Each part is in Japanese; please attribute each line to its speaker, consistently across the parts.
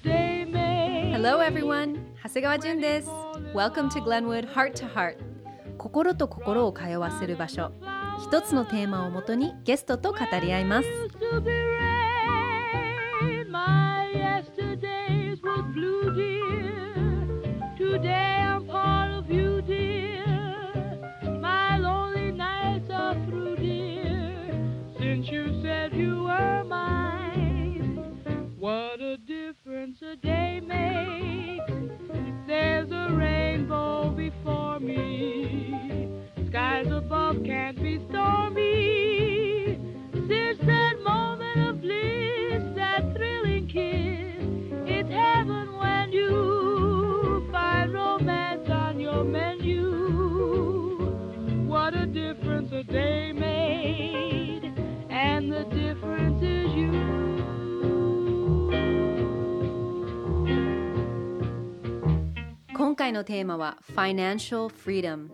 Speaker 1: Hello everyone! 長谷川純です。Welcome to Glenwood Heart to Heart. 心と心を通わせる場所。一つのテーマをもとにゲストと語り合います。
Speaker 2: There's a rainbow before me. Skies above can't be stormy. Since that moment of bliss, that thrilling kiss, it's heaven when you find romance on your menu. What a difference a day made, and the difference is you.
Speaker 1: 今回のテーマは Financial Freedom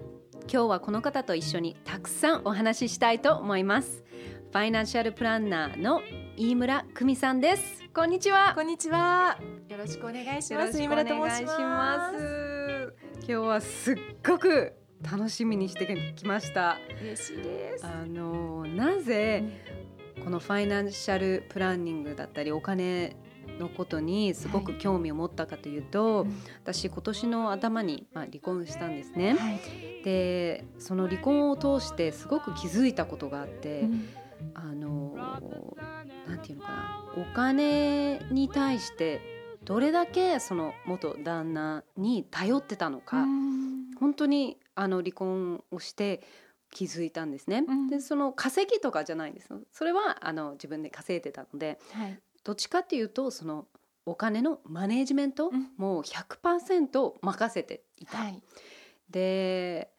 Speaker 1: 今日はこの方と一緒にたくさんお話ししたいと思いますファイナンシャルプランナーの飯村久美さんですこんにちは
Speaker 3: こんにちは。よろしくお願いします。
Speaker 1: よろくお願いします今日はすっごく楽しみにしてきました
Speaker 3: 嬉しいです。
Speaker 1: あのなぜこのファイナンシャルプランニングだったりお金のことにすごく興味を持ったかというと、
Speaker 3: うん
Speaker 1: 私今年の頭に、まあ、離婚したんですね、
Speaker 3: はい。
Speaker 1: でその離婚を通してすごく気づいたことがあって、あのなんていうのかなお金に対してどれだけその元旦那に頼ってたのか、本当にあの離婚をして気づいたんですね。
Speaker 3: うん
Speaker 1: でその稼ぎとかじゃないんですよそれはあの自分で稼いでたので
Speaker 3: はい。
Speaker 1: どっちかっていうとそのお金のマネージメント、
Speaker 3: うん
Speaker 1: もう100%任せていた。
Speaker 3: はい。
Speaker 1: で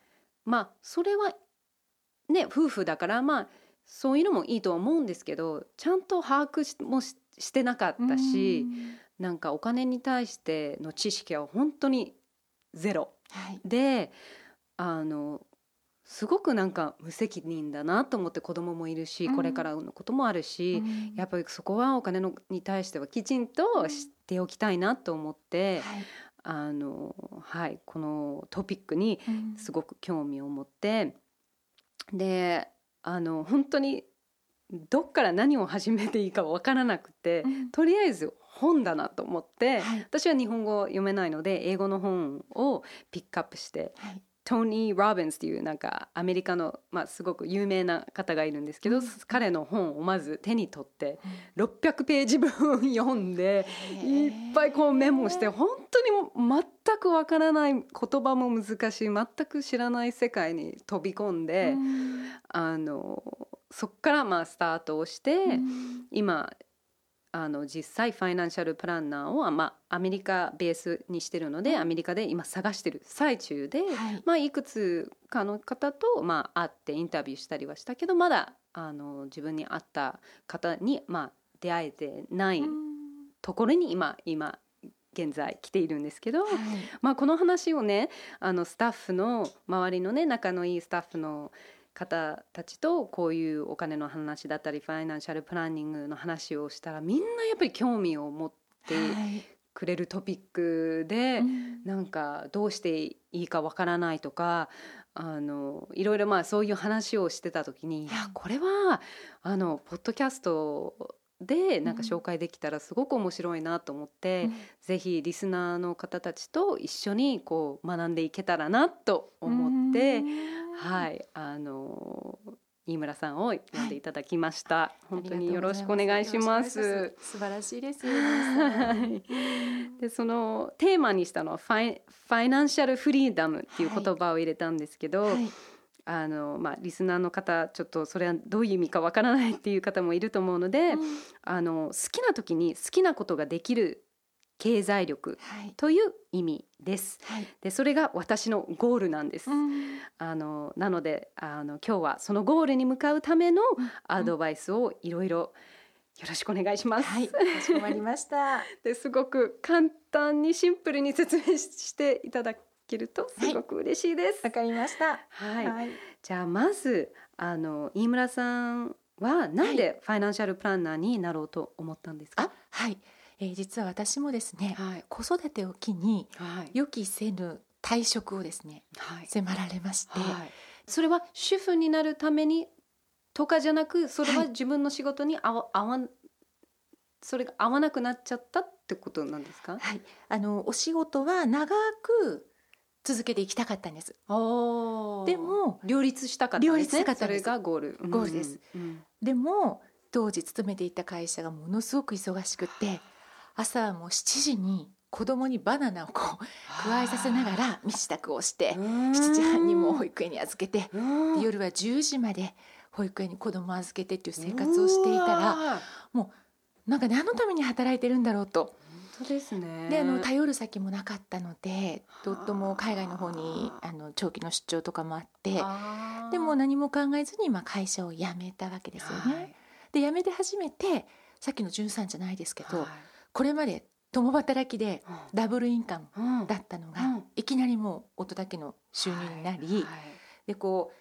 Speaker 1: まあそれはね夫婦だからまあそういうのもいいとは思うんですけどちゃんと把握しもししてなかったし、なんかお金に対しての知識は本当にゼロ
Speaker 3: はい。
Speaker 1: であのすごくなんか無責任だなと思って子供もいるし、
Speaker 3: うん
Speaker 1: これからのこともあるし、や
Speaker 3: っ
Speaker 1: っぱりそこはお金のに対してはきちんと知っておきたいなと思って、あのはい、このトピックにすごく興味を持ってであの本当にどっから何を始めていいかわからなくて、とりあえず本だなと思って、
Speaker 3: はい
Speaker 1: 私は日本語を読めないので英語の本をピックアップして
Speaker 3: はい。
Speaker 1: トニー・ロビンスっていうなんかアメリカの、まあ、すごく有名な方がいるんですけど、
Speaker 3: うん
Speaker 1: 彼の本をまず手に取って600ページ分読んで。いっぱいこうメモして本当にもう全くわからない言葉も難しい全く知らない世界に飛び込んで、あのそっからまあスタートをして、今あの実際ファイナンシャルプランナーを、まあ、アメリカベースにしてるのでアメリカで今探してる最中で、
Speaker 3: はい。。
Speaker 1: まあ、いくつかの方と、まあ、会ってインタビューしたりはしたけどまだあの自分に合った方に、まあ、出会えてない。ところに今今現在来ているんですけど、まあ、この話をねあのスタッフの周りのね仲のいいスタッフの方たちとこういうお金の話だったりファイナンシャルプランニングの話をしたらみんなやっぱり興味を持ってくれるトピックで、なんかどうしていいかわからないとかあのいろいろまあそういう話をしてた時にいやこれはあのポッドキャストでなんか紹介できたらすごく面白いなと思って、ぜひリスナーの方たちと一緒にこう学んでいけたらなと思って、はいいあの飯村さんを呼んでいただきました、本当に
Speaker 3: あり
Speaker 1: よ
Speaker 3: がとう
Speaker 1: ろしくお願いします。
Speaker 3: よろしくお願いします素晴らしいです。
Speaker 1: はい、でそのテーマにしたのはファイファイナンシャルフリーダムっていう言葉を入れたんですけど、
Speaker 3: はい
Speaker 1: あのまあ、リスナーの方ちょっとそれはどういう意味かわからないっていう方もいると思うので、
Speaker 3: うん
Speaker 1: あの好きな時に好きなことができる経済力
Speaker 3: はい。
Speaker 1: という意味です。
Speaker 3: はい。
Speaker 1: でそれが私のゴールなんです。
Speaker 3: うん
Speaker 1: あのなのであの今日はそのゴールに向かうためのアドバイスをいろいろよろしくお願いします。
Speaker 3: はい。かしこまりま した。
Speaker 1: ですごく簡単にシンプルに説明していただけるとすごく嬉しいです。
Speaker 3: わかりました。
Speaker 1: はい、
Speaker 3: はい。
Speaker 1: じゃあまずあの飯村さんはなんでファイナンシャルプランナーになろうと思ったんですか？
Speaker 3: あはいえー実は私もですね
Speaker 1: はい
Speaker 3: 子育てを機に
Speaker 1: はい
Speaker 3: 予期せぬ退職をですね
Speaker 1: はい
Speaker 3: 迫られまして、
Speaker 1: はいそれは主婦になるためにとかじゃなくそれは自分の仕事に合わ合わんそれが合わなくなっちゃったってことなんですか
Speaker 3: はい、あのお仕事は長く続けていきたかったんです。で
Speaker 1: で
Speaker 3: も
Speaker 1: 両立したかったんです
Speaker 3: 両
Speaker 1: ね
Speaker 3: 立したかったん
Speaker 1: そ
Speaker 3: で
Speaker 1: れ
Speaker 3: す
Speaker 1: がゴール
Speaker 3: ゴールです、
Speaker 1: うんうん
Speaker 3: でも当時勤めていた会社がものすごく忙しくって朝はもう7時に子供にバナナをこう加えさせながら身支度をして
Speaker 1: 7
Speaker 3: 7時半にもう保育園に預けてで
Speaker 1: 夜
Speaker 3: 夜は10時まで保育園に子供を預けてっていう生活をしていたら
Speaker 1: 本
Speaker 3: なんか何のために働いてるんだろうと
Speaker 1: 当ですね
Speaker 3: であの頼る先もなかったのでとっとも海外の方に
Speaker 1: はあ
Speaker 3: あの長期の出張とかもあって
Speaker 1: あー
Speaker 3: でも何も考えずにまあ会社を辞めたわけですよね。で辞めて初めてさっきのんさんじゃないですけ
Speaker 1: はい
Speaker 3: ど、
Speaker 1: はい
Speaker 3: これまで共働きで
Speaker 1: う
Speaker 3: ダブルインカム
Speaker 1: ん
Speaker 3: だったのが、
Speaker 1: うん
Speaker 3: いきなりもう夫だけの収入になり、
Speaker 1: はい
Speaker 3: でこう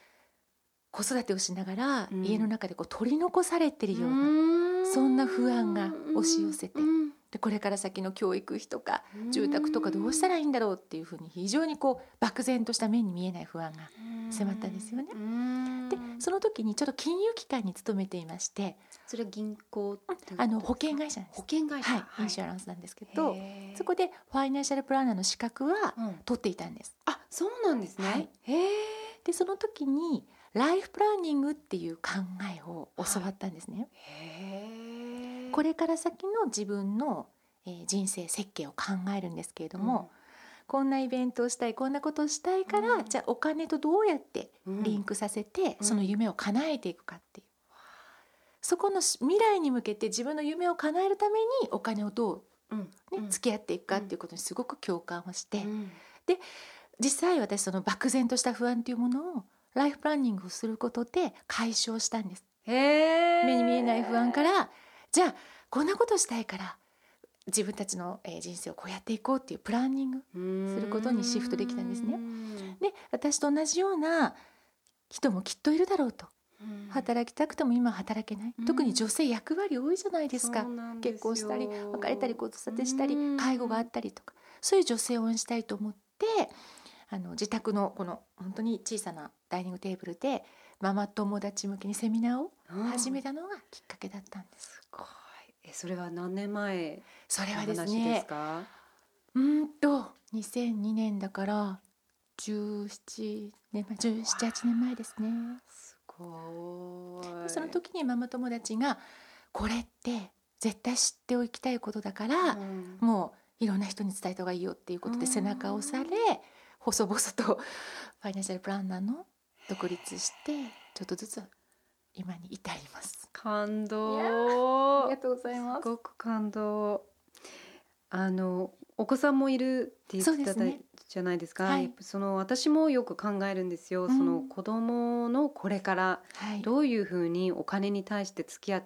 Speaker 3: 子育てをしながら、
Speaker 1: うん
Speaker 3: 家の中でこう取り残されてるような、そんな不安が押し寄せて
Speaker 1: うん
Speaker 3: でこれから先の教育費とか住宅とかどうしたらいいんだろうっていうふうに非常にこう漠然とした目に見えない不安が。迫ったんですよね
Speaker 1: うん
Speaker 3: でその時にちょっと金融機関に勤めていまして
Speaker 1: それは銀行ってことですか
Speaker 3: あの保険会社なんです
Speaker 1: 保。険会社
Speaker 3: はい、インシュアランスなんですけど、
Speaker 1: と
Speaker 3: そこでファイナンシャルプランナーの資格は
Speaker 1: うん
Speaker 3: 取っていたんです。
Speaker 1: あそうなんです
Speaker 3: はい
Speaker 1: ねへえ
Speaker 3: でその時にライフプランニングっていう考えを教わったんですね。
Speaker 1: へえ
Speaker 3: こ
Speaker 1: れ
Speaker 3: れから先の自分の、えー人生設計を考えるんですけれども、こんなイベントをしたいこんなことをしたいから、
Speaker 1: うん
Speaker 3: じゃあお金とどうやってリンクさせて、
Speaker 1: うん
Speaker 3: その夢を叶えていくかっていう。そこのし未来に向けて自分の夢を叶えるためにお金をどう、ね付き合っていくかっていうことにすごく共感をして、実際私その漠然とした不安というものをライフプランニングをすることで解消したんです
Speaker 1: へえ
Speaker 3: 目に見えない不安からじゃあこんなことしたいから自分たちのえー人生をこうやっていこうっていうプランニング
Speaker 1: す
Speaker 3: ることにシフトできたんですねで私と同じような人もきっといるだろうと働きたくても今働けない
Speaker 1: うん
Speaker 3: 特に女性役割多いじゃない
Speaker 1: き
Speaker 3: ですか結婚したり別れたり子育てしたり
Speaker 1: うん
Speaker 3: 介護があったりとかそういう女性を応援したいと思ってあの自宅のこの本当に小さなダイニングテーブルでママ友達向けにセミナーを始め
Speaker 1: た
Speaker 3: たのがきっかけだったんです。
Speaker 1: すごいえそれは何年前
Speaker 3: それ
Speaker 1: の
Speaker 3: はです
Speaker 1: 話です
Speaker 3: ね
Speaker 1: か
Speaker 3: うーんと2002年だから17年前178年前ですね。
Speaker 1: すごい
Speaker 3: その時にママ友達がこれって絶対知っておきたいことだから、
Speaker 1: うん
Speaker 3: もういろんな人に伝えた方がいいよっていうこと
Speaker 1: う
Speaker 3: で
Speaker 1: ん
Speaker 3: 背中を押され細々と ファイナンシャルプランナーの独立してちょっとずつ今に至ります。
Speaker 1: 感動
Speaker 3: いやとうござい
Speaker 1: すごく感動あのお子さんもいるって言って
Speaker 3: そう
Speaker 1: た
Speaker 3: ですね
Speaker 1: じゃないですか
Speaker 3: はい
Speaker 1: やっぱその私もよく考えるんです
Speaker 3: う
Speaker 1: よ、
Speaker 3: ん
Speaker 1: その子供のこれから
Speaker 3: はい、
Speaker 1: どういうふうにお金に対して付き合っ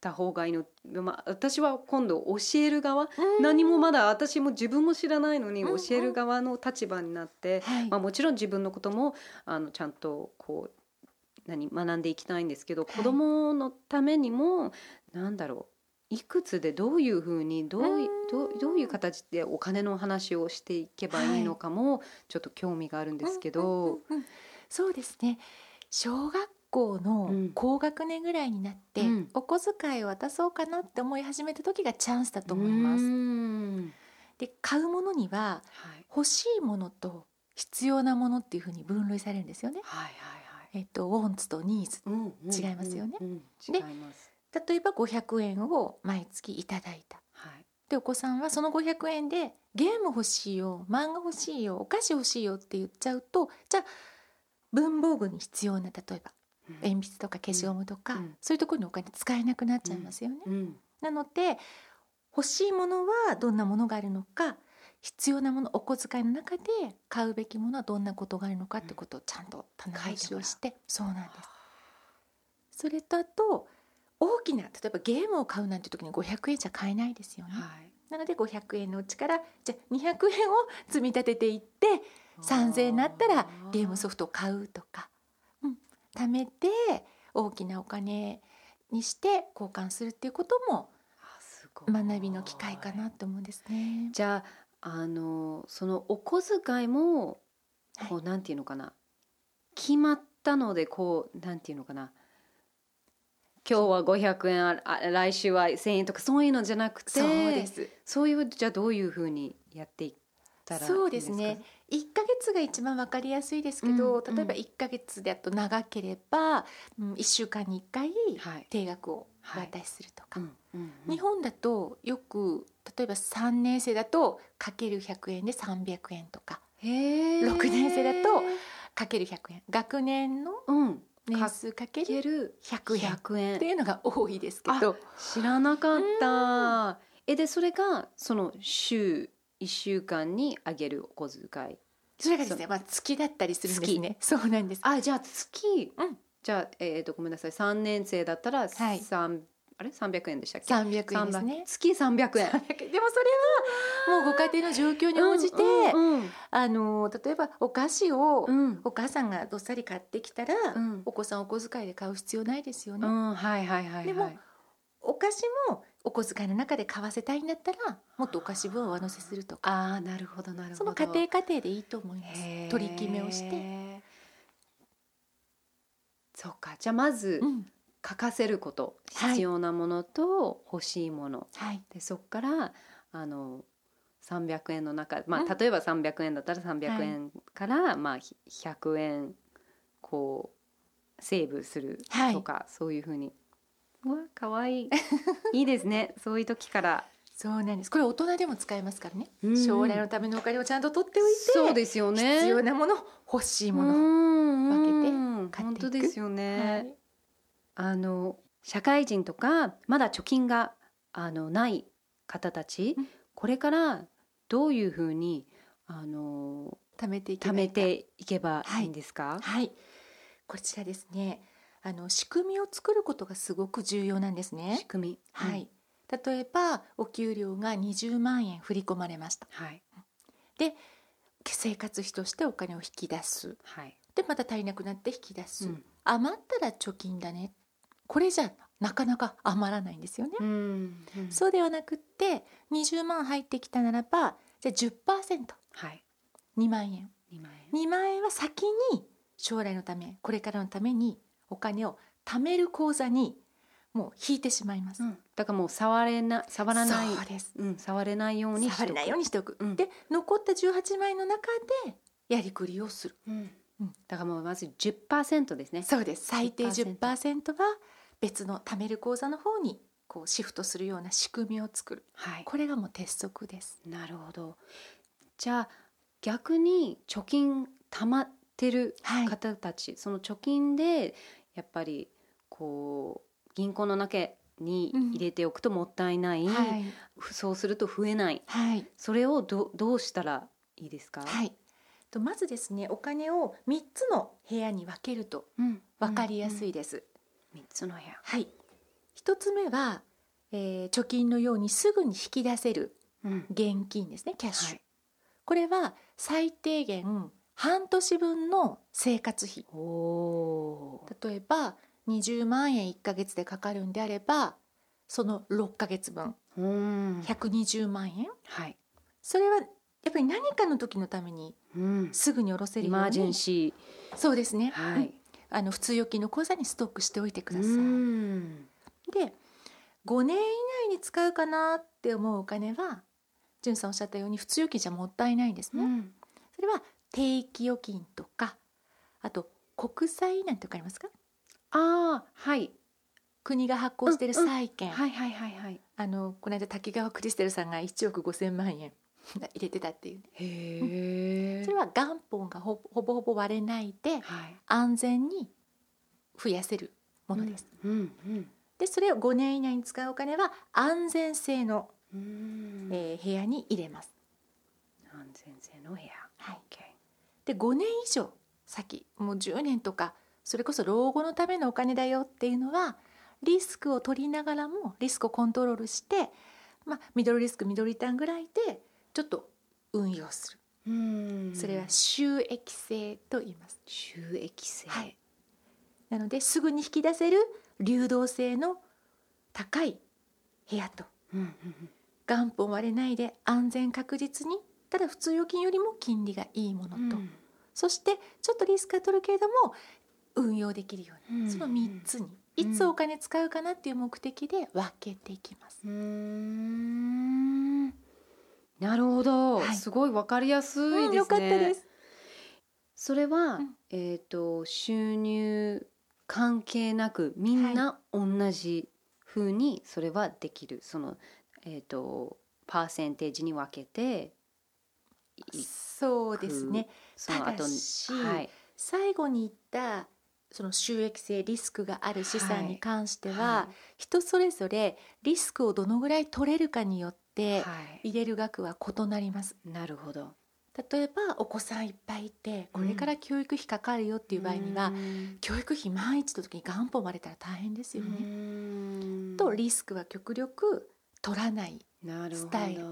Speaker 1: た方がいいの、まあ、私は今度教える側、
Speaker 3: うん
Speaker 1: 何もまだ私も自分も知らないのに
Speaker 3: うん
Speaker 1: 教
Speaker 3: うん
Speaker 1: える側の立場になって、
Speaker 3: はい
Speaker 1: まあ、もちろん自分のこともあのちゃんとこう何学んでいきたいんですけど
Speaker 3: はい
Speaker 1: 子どものためにも、なんだろういくつでどういうふうにどういどうどういう形でお金の話をしていけばいいのかもちょっと興味があるんですけど。
Speaker 3: うんうんうんそうですね小学校の
Speaker 1: うん
Speaker 3: 高学年ぐらいになって、
Speaker 1: うん
Speaker 3: お小遣いを渡そうかなって思い始めた時がチャンスだと思いうます。
Speaker 1: ん
Speaker 3: で買うものには
Speaker 1: はい
Speaker 3: 欲しいものと必要なものっていうふうに分類されるんですよね。
Speaker 1: はいはい
Speaker 3: えっと、ウォンツとニーズ
Speaker 1: はいうん
Speaker 3: 違いますよね
Speaker 1: うんうん
Speaker 3: で
Speaker 1: 違います。
Speaker 3: 例えば500円を毎月いただいた
Speaker 1: はい。
Speaker 3: でお子さんはその500円でゲーム欲しいよ漫画欲しいよお菓子欲しいよって言っちゃうとじゃあ文房具に必要な例えば
Speaker 1: うん
Speaker 3: 鉛筆とか消しゴムとか、
Speaker 1: うん
Speaker 3: そういうところにお金使えなくなっちゃいますよね。
Speaker 1: うん
Speaker 3: なので欲しいものはどんなものがあるのか必要なものお小遣いの中で買うべきものはどんなことがあるのかってことをちゃんと棚返しをしてそうなんですそれとあと大きな例えばゲームを買うなんて時に500円じゃ買えないですよね、
Speaker 1: はい。
Speaker 3: なので500円のうちからじゃあ200円を 積み立てていって3,000円になったらゲームソ
Speaker 1: フ
Speaker 3: フトを買うとか、うん、貯めて大きなお金にして交換するっていうことも
Speaker 1: ト。あすごい
Speaker 3: 学びの機会かなと思うんですね。
Speaker 1: じゃああのそのお小遣いもこう、なんていうのかな決まったのでこうなんていうのかな今日は500円ああ来週は1,000円とかそういうのじゃなくて
Speaker 3: そうです。
Speaker 1: そういうじゃあどういうふうにやっていったらいいんですか
Speaker 3: そうですね。一ヶ月が一番わかりやすいですけど、
Speaker 1: うん
Speaker 3: 例えば一ヶ月だと長ければ、うん、一週間に一回
Speaker 1: はい、
Speaker 3: 定額をお
Speaker 1: はい
Speaker 3: 渡しするとか、
Speaker 1: うんうんうん
Speaker 3: 日本だとよく例えば3年生だとかける100円で300円とか
Speaker 1: へー
Speaker 3: 六年生だとかける100円学年の
Speaker 1: うん
Speaker 3: 年数かけ
Speaker 1: いけ
Speaker 3: る
Speaker 1: る
Speaker 3: 100円っ
Speaker 1: 100円
Speaker 3: ていうのが多いですけど
Speaker 1: 知らなかったえでそれがその週1週間にあげるお小遣い
Speaker 3: それがですね、まあ、月だったりするんですねそうなんです
Speaker 1: あじゃあ月、
Speaker 3: うん
Speaker 1: じゃあえっ、とごめんなさい3年生だったら3、
Speaker 3: はい
Speaker 1: あれ300円でしたっけ
Speaker 3: 300円です
Speaker 1: 300
Speaker 3: ね
Speaker 1: 月300円
Speaker 3: 300円でもそれはもうご家庭の状況に応じて、
Speaker 1: うんうん
Speaker 3: あの例えばお菓子を、
Speaker 1: うん
Speaker 3: お母さんがどっさり買ってきたら、
Speaker 1: うん
Speaker 3: お子さんお小遣いで買う必要ないですよ
Speaker 1: う
Speaker 3: ね、
Speaker 1: んうんはいはいはいはい
Speaker 3: でもお菓子もお小遣いの中で買わせたいんだったらもっとお菓子分を上乗せするとか
Speaker 1: ああなるほどなるほど
Speaker 3: その家庭家庭でいいと思います
Speaker 1: へー
Speaker 3: 取り決めをして、
Speaker 1: そうかじゃあまず
Speaker 3: うん
Speaker 1: 欠かせること、
Speaker 3: はい
Speaker 1: 必要なものと欲しいもの
Speaker 3: はい
Speaker 1: でそこからあの300円の中、まあ
Speaker 3: うん
Speaker 1: 例えば300円だったら300円から、まあ、ひ100円こうセーブする
Speaker 3: はい
Speaker 1: とか、そういうふうにうわかわいいいいですねそういう時から
Speaker 3: そうなんですこれ大人でも使えますからね、
Speaker 1: うん
Speaker 3: 将来のためのお金をちゃんと取っておいて
Speaker 1: そうですよね
Speaker 3: 必要なもの欲しいもの、分
Speaker 1: 分
Speaker 3: けて買
Speaker 1: 本
Speaker 3: っていく
Speaker 1: 当ですよね、
Speaker 3: はい
Speaker 1: あの社会人とかまだ貯金があのない方たち、
Speaker 3: うん
Speaker 1: これからどういうふうにあの
Speaker 3: 貯めていけ
Speaker 1: 貯
Speaker 3: ばい
Speaker 1: め
Speaker 3: いか
Speaker 1: ていけば
Speaker 3: はい
Speaker 1: いいんですか、
Speaker 3: はい、こちらですね。あの仕組みを作ることがすごく重要なんです
Speaker 1: 仕
Speaker 3: ね。
Speaker 1: 組み、
Speaker 3: は
Speaker 1: うん
Speaker 3: い。例えばお給料が20万円振り込まれました。
Speaker 1: はい
Speaker 3: 生活費としてお金を引き出す。
Speaker 1: はい、
Speaker 3: でまた足りなくなって引き出す。
Speaker 1: うん
Speaker 3: 余ったら貯金だね。これじゃなかなか余らないんですよね。
Speaker 1: うんうん
Speaker 3: そうではなくって20万入ってきたならばじゃあ10%。
Speaker 1: はい
Speaker 3: 2万円
Speaker 1: 2万円
Speaker 3: 2万円は先に将来のためこれからのためにお金を貯める口座にもう引いてしまいます、
Speaker 1: うん、だからもう触れな触らない
Speaker 3: そうです
Speaker 1: うん、触れないようにし
Speaker 3: 触
Speaker 1: と
Speaker 3: れ
Speaker 1: く
Speaker 3: ないようにしておく、
Speaker 1: うん
Speaker 3: で残った18万円の中でやりくりをする
Speaker 1: うん
Speaker 3: うん
Speaker 1: だからもうまず10%ですね
Speaker 3: そうです最低
Speaker 1: 10%
Speaker 3: 10%は別の貯める口座の方にこうシフトするような仕組みを作る
Speaker 1: はい
Speaker 3: これがもう鉄則です
Speaker 1: なるほどじゃあ逆に貯金溜まってる
Speaker 3: はい
Speaker 1: 方たち、その貯金でやっぱりこう銀行の中に入れておくともったいない、
Speaker 3: はい
Speaker 1: そうすると増えない
Speaker 3: はい
Speaker 1: それをどどうしたらいいですか、
Speaker 3: はいとまずですねお金を3つの部屋に分けると
Speaker 1: うん
Speaker 3: 分かりやす
Speaker 1: い、
Speaker 3: いです、
Speaker 1: うん3つの部屋、
Speaker 3: はい。一つ目は、えー貯金のようにすぐに引き出せる
Speaker 1: うん
Speaker 3: 現金ですね、キャッシュ。
Speaker 1: はい
Speaker 3: これは最低限半年分の生活費。
Speaker 1: おおー
Speaker 3: 例えば20万円1ヶ月でかかるんであれば、その6ヶ月分
Speaker 1: うん
Speaker 3: 120万円。
Speaker 1: はい、
Speaker 3: それはやっぱり何かの時のために
Speaker 1: うん、
Speaker 3: すぐに下ろせる
Speaker 1: イ
Speaker 3: ように。
Speaker 1: マージェンシ
Speaker 3: そうですね。
Speaker 1: ーは
Speaker 3: うん
Speaker 1: い
Speaker 3: あの普通預金の口座にストックしておいてください。
Speaker 1: ん
Speaker 3: で5年以内に使うかなって思うお金はじゅんさんおっしゃったように普通預金じゃもったいないんです
Speaker 1: う
Speaker 3: ね、
Speaker 1: ん
Speaker 3: それは定期預金とかあと国債なんてわかりますか
Speaker 1: ああはい
Speaker 3: 国が発行してる債券、
Speaker 1: はいはいはいはい
Speaker 3: あのこの間滝川クリステルさんが1億5,000万円入れてたっていうね
Speaker 1: へえ
Speaker 3: それは元本がほほぼほぼ割れないで
Speaker 1: はい
Speaker 3: 安全に増やせるものです、
Speaker 1: うん
Speaker 3: でそれを5年以内に使うお金は安全性の、
Speaker 1: うんうん
Speaker 3: えー部屋に入れます、
Speaker 1: 安全性の部屋
Speaker 3: はい、
Speaker 1: OK
Speaker 3: で5年以上先もう10年とかそれこそ老後のためのお金だよっていうのはリスクを取りながらもリスクをコントロールして、まあ、ミドルリスクミドルリターンぐらいでちょっと運用する
Speaker 1: うん
Speaker 3: それは収益性と言います、
Speaker 1: 収益性
Speaker 3: はいなのですぐに引き出せる流動性の高い部屋と
Speaker 1: うんうん
Speaker 3: 元本割れないで安全確実にただ普通預金よりも金利がいいもの
Speaker 1: うん
Speaker 3: と、そしてちょっとリスクは取るけれども運用できるよう
Speaker 1: う
Speaker 3: に
Speaker 1: ん
Speaker 3: その3つにいつお金使うかなっていう目的で分けていきます。
Speaker 1: うーんなるほど、
Speaker 3: はい
Speaker 1: すごいわかりやすいです
Speaker 3: うん
Speaker 1: ね。
Speaker 3: よかったです。
Speaker 1: それは、
Speaker 3: うん
Speaker 1: えっ、と収入関係なくみんな同じ風にそれはできる。そのえっ、とパーセンテージに分けてい
Speaker 3: そうですね。
Speaker 1: その後に
Speaker 3: ただし
Speaker 1: はい、
Speaker 3: 最後に言ったその収益性リスクがある資産に関しては、
Speaker 1: は
Speaker 3: 人それぞれリスクをどのぐらい取れるかによっ
Speaker 1: い、
Speaker 3: て
Speaker 1: はい
Speaker 3: 入れる額は異なります。
Speaker 1: なるほど。
Speaker 3: 例えばお子さんいっぱいいてこれから教育費かかるよっていう場合には、
Speaker 1: うん
Speaker 3: 教育費万一の時に元本割れたら大変ですよ
Speaker 1: う
Speaker 3: ね。
Speaker 1: ん
Speaker 3: とリスクは極力取らない
Speaker 1: なるほど
Speaker 3: スタイル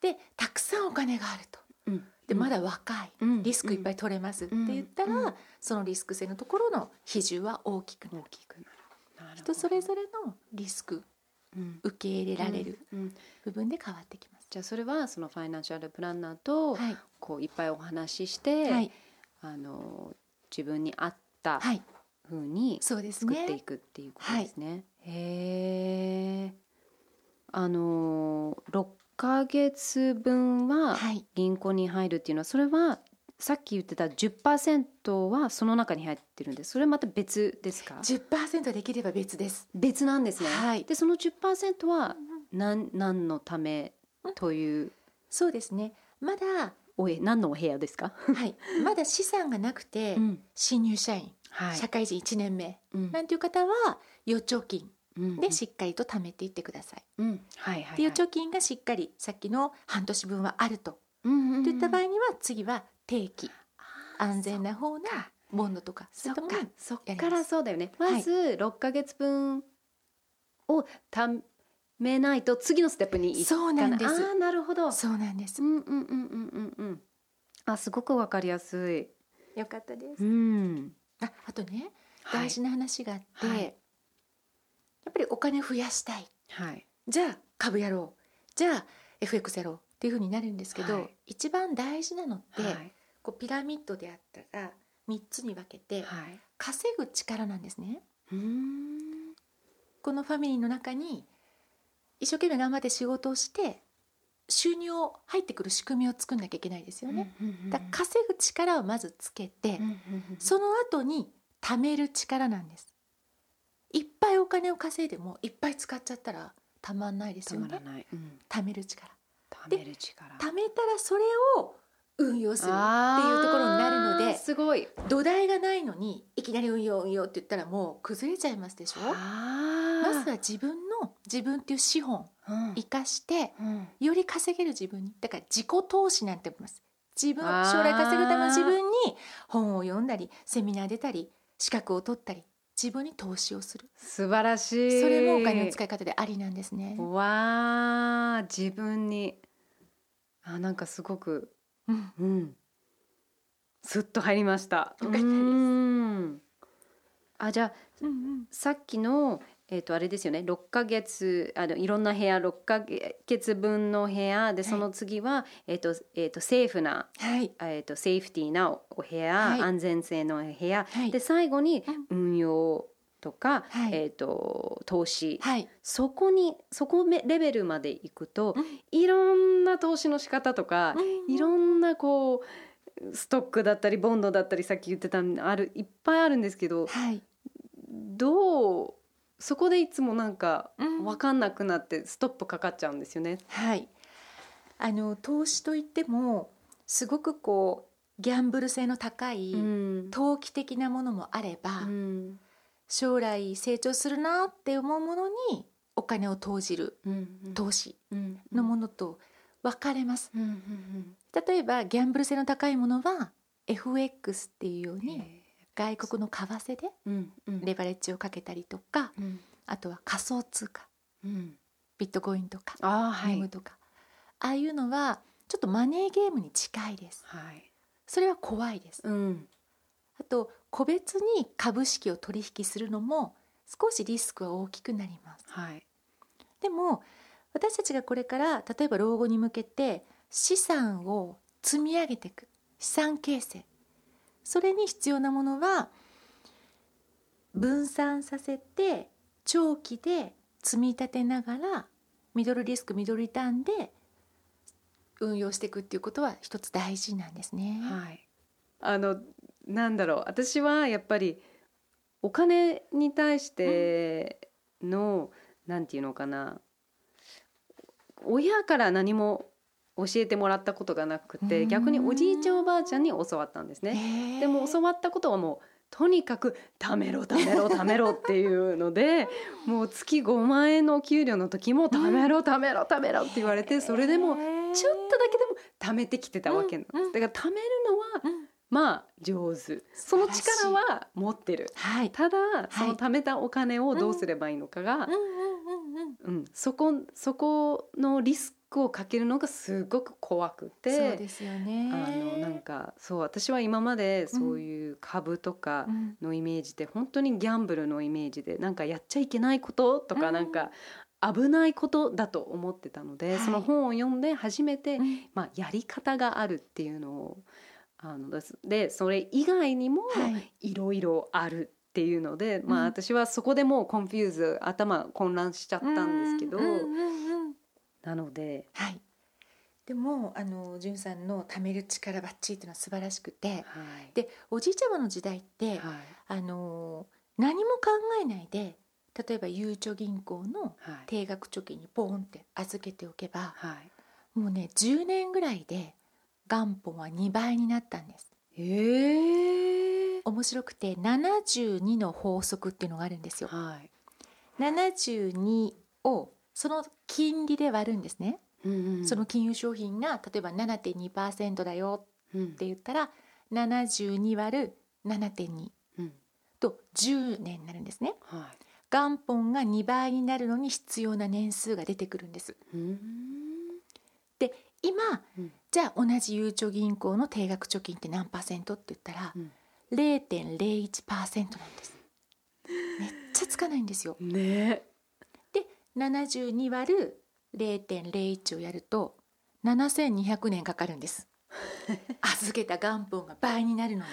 Speaker 3: でたくさんお金があると
Speaker 1: うん
Speaker 3: でまだ若い、
Speaker 1: うん
Speaker 3: リスクいっぱい取れますって言ったら、
Speaker 1: うんう
Speaker 3: そのリスク性のところの比重は大きくなる
Speaker 1: 大きくなるなるほど
Speaker 3: 人それぞれのリスク
Speaker 1: うん
Speaker 3: 受け入れられる
Speaker 1: うんうん
Speaker 3: 部分で変わってきます。
Speaker 1: じゃあそれはそのファイナンシャルプランナーと
Speaker 3: はい、
Speaker 1: こういっぱいお話しして、
Speaker 3: はい、
Speaker 1: あの自分に合った
Speaker 3: はい、
Speaker 1: 風に
Speaker 3: そうです
Speaker 1: 作ってい
Speaker 3: ね。
Speaker 1: くっていうことですね。へえ。あの六ヶ月分は
Speaker 3: はい、
Speaker 1: 銀行に入るっていうのはそれはさっき言ってた10%はその中に入ってるんです。それまた別ですか？
Speaker 3: 10%できれば別です。
Speaker 1: 別なんですね。
Speaker 3: はい
Speaker 1: でその10%は何何のためという
Speaker 3: そうですね。ま だ、
Speaker 1: おえ何のお部屋ですか？
Speaker 3: はい、まだ資産がなくて、
Speaker 1: ん、
Speaker 3: 新入社員、
Speaker 1: はい
Speaker 3: 社会人1年目
Speaker 1: うん
Speaker 3: なんていう方は預貯金
Speaker 1: うん
Speaker 3: でしっかりと貯めていってください。
Speaker 1: うんはいはい
Speaker 3: で
Speaker 1: はい
Speaker 3: 預貯金がしっかりさっきの半年分はあると、
Speaker 1: うんうん
Speaker 3: といった場
Speaker 1: 合
Speaker 3: 合には次は定期安全な方な
Speaker 1: か
Speaker 3: ボンドとか
Speaker 1: そっか
Speaker 3: そういったものを
Speaker 1: そっ
Speaker 3: やり
Speaker 1: か
Speaker 3: ま
Speaker 1: ら
Speaker 3: す
Speaker 1: そうだよねまず6ヶ月分をためないと次のステップに行く
Speaker 3: そうなんです
Speaker 1: あーなるほど
Speaker 3: そうなんです
Speaker 1: うんうんうんうんうんうんあすごくわかりやすい
Speaker 3: よかったです
Speaker 1: うん
Speaker 3: ああとね
Speaker 1: はい
Speaker 3: 大事な話があって、
Speaker 1: はい
Speaker 3: やっぱりお金増やしたい
Speaker 1: はい
Speaker 3: じゃあ株やろうじゃあ FX やろうっていうふうになるんですけど、
Speaker 1: はい
Speaker 3: 一番大事なのって、
Speaker 1: はい
Speaker 3: こうピラミッドであったら3つに分けて
Speaker 1: はい
Speaker 3: 稼ぐ力なんですね。
Speaker 1: うーん
Speaker 3: このファミリーの中に一生懸命頑張って仕事をして収入を入ってくる仕組みを作んなきゃいけないですよね。
Speaker 1: うんうんうん
Speaker 3: だから稼ぐ力をまずつけて、
Speaker 1: うんうんうん
Speaker 3: その後に貯める力なんです。いっぱいお金を稼いでもいっぱい使っちゃったらたまんないです
Speaker 1: た
Speaker 3: よ
Speaker 1: まら
Speaker 3: ね。
Speaker 1: ないうん
Speaker 3: 貯める力。
Speaker 1: 貯める力
Speaker 3: 貯めたらそれを運用する
Speaker 1: あー
Speaker 3: っていうところになるのです
Speaker 1: ごい
Speaker 3: 土台がないのにいきなり運用運用って言ったらもう崩れちゃいますでしょ。ま
Speaker 1: ま
Speaker 3: ずは自分の自分っていう資本
Speaker 1: うん
Speaker 3: 生かして
Speaker 1: うん
Speaker 3: より稼げる自分にだから自己投資なんて言います自分
Speaker 1: あー
Speaker 3: 将来稼ぐための自分に本を読んだりセミナー出たり資格を取ったり自分に投資をする
Speaker 1: 素晴らし
Speaker 3: そ
Speaker 1: い
Speaker 3: れもお金の使い方でありなんですね、
Speaker 1: わあ自分にあなんかすごく
Speaker 3: うん
Speaker 1: うんスッと入りました
Speaker 3: よかったです
Speaker 1: うんあじゃあ
Speaker 3: うんうん
Speaker 1: さっきのえっ、とあれですよね6ヶ月あのいろんな部屋6ヶ月分の部屋でその次は、えっ、とえっ、とセーフな
Speaker 3: はい
Speaker 1: えっ、とセーフティーなおお部屋、
Speaker 3: はい
Speaker 1: 安全性の部屋、
Speaker 3: はい
Speaker 1: で最後に
Speaker 3: うん
Speaker 1: 運用とか、
Speaker 3: はい
Speaker 1: えっ、と投資、
Speaker 3: はい
Speaker 1: そこにそこめレベルまで行くと、
Speaker 3: うん
Speaker 1: いろんな投資の仕方とか、いろんなこうストックだったりボンドだったりさっき言ってたあるいっぱいあるんですけど
Speaker 3: はい
Speaker 1: どうそこでいつもなんか
Speaker 3: うん
Speaker 1: 分かんなくなってストップかかっちゃうんですよね。
Speaker 3: はいあの投資といってもすごくこうギャンブル性の高い
Speaker 1: うん
Speaker 3: 投機的なものもあれば、
Speaker 1: うん
Speaker 3: 将来成長するなって思うものにお金を投じる
Speaker 1: うん
Speaker 3: 投資
Speaker 1: うん
Speaker 3: のものと分かれます
Speaker 1: うんうん
Speaker 3: 例えばギャンブル性の高いものは FX っていうよう
Speaker 1: うん
Speaker 3: に外国の為替で
Speaker 1: うんうん
Speaker 3: レバレッジをかけたりとか
Speaker 1: うん
Speaker 3: あとは仮想通貨
Speaker 1: うん
Speaker 3: ビットコインとか
Speaker 1: あーは
Speaker 3: ネ
Speaker 1: い
Speaker 3: ムとか、ああいうのはちょっとマネーゲームに近いです
Speaker 1: はい
Speaker 3: それは怖いです
Speaker 1: うん
Speaker 3: あと個別に株式を取引するのも少しリスクは大きくなります
Speaker 1: はい
Speaker 3: でも私たちがこれから例えば老後に向けて資産を積み上げていく資産形成それに必要なものは分散させて長期で積み立てながらミドルリスクミドルリターンで運用していくっていうことは一つ大事なんですね。
Speaker 1: はい、あのなんだろう私はやっぱりお金に対しての、なんていうのかな親から何も教えてもらったことがなく
Speaker 3: うー
Speaker 1: て
Speaker 3: ん
Speaker 1: 逆におじいちゃんおばあちゃんに教わったんですね。
Speaker 3: ね
Speaker 1: でも教わったことはもうとにかく貯めろ貯めろ貯めろっていうので もう月5万円のお給料の時も貯めろ貯めろ貯めろって言われてそれでもちょっとだけでも貯めてきてたわけなんです、
Speaker 3: うんうん
Speaker 1: だから貯めるのは
Speaker 3: と、うん
Speaker 1: まあ上手その力は持ってる
Speaker 3: はい、
Speaker 1: ただ、その貯めたお金をどうすればいいのかが、うん
Speaker 3: うんうんうんうん、
Speaker 1: そこそこのリスクをかけるのがすごく怖くて
Speaker 3: そうですよね。
Speaker 1: あのなんかそう私は今までそういう株とか
Speaker 3: うん
Speaker 1: のイメージで、本当にギャンブルのイメージでなんかやっちゃいけないこととか、
Speaker 3: うん
Speaker 1: なんか危ないことだと思ってたの
Speaker 3: は
Speaker 1: で、
Speaker 3: い
Speaker 1: その本を読んで初めて、
Speaker 3: うん
Speaker 1: まあ、やり方があるっていうのをあのですでそれ以外にも
Speaker 3: はい、
Speaker 1: いろいろあるっていうので、ま
Speaker 3: う
Speaker 1: あ
Speaker 3: ん
Speaker 1: 私はそこでもうコンフューズ頭混乱しちゃったんですけど、
Speaker 3: うんうんうんうん
Speaker 1: なので
Speaker 3: はい。でもあのじゅんさんの貯める力バッチリっていうのは素晴らしくて、
Speaker 1: はい
Speaker 3: でおじいちゃまの時代って、
Speaker 1: はい
Speaker 3: あの何も考えないで、例えばゆうちょ銀行の
Speaker 1: はい
Speaker 3: 定額貯金にポーンって預けておけば、
Speaker 1: はい
Speaker 3: もうね10年ぐらいで元本は2倍になったんです。
Speaker 1: えー
Speaker 3: 面白くて72の法則っていうのがあるんですよ。
Speaker 1: はい
Speaker 3: 72をその金利で割るんですね、
Speaker 1: うんうん
Speaker 3: その金融商品が例えば7.2%だよ
Speaker 1: うん
Speaker 3: って言ったら72割る7.2
Speaker 1: うん
Speaker 3: と10年になるんですね
Speaker 1: は
Speaker 3: 元本が2倍になるのに必要な年数が出てくるんです
Speaker 1: いうん
Speaker 3: 今、
Speaker 1: うん
Speaker 3: じゃあ同じゆうちょ銀行の定額貯金って何パーセントって言ったら
Speaker 1: うん
Speaker 3: 0.01%なんですめっちゃつかないんですよ
Speaker 1: ね
Speaker 3: で72割る0.01をやると7200年かかるんです 預けた元本が倍になるのに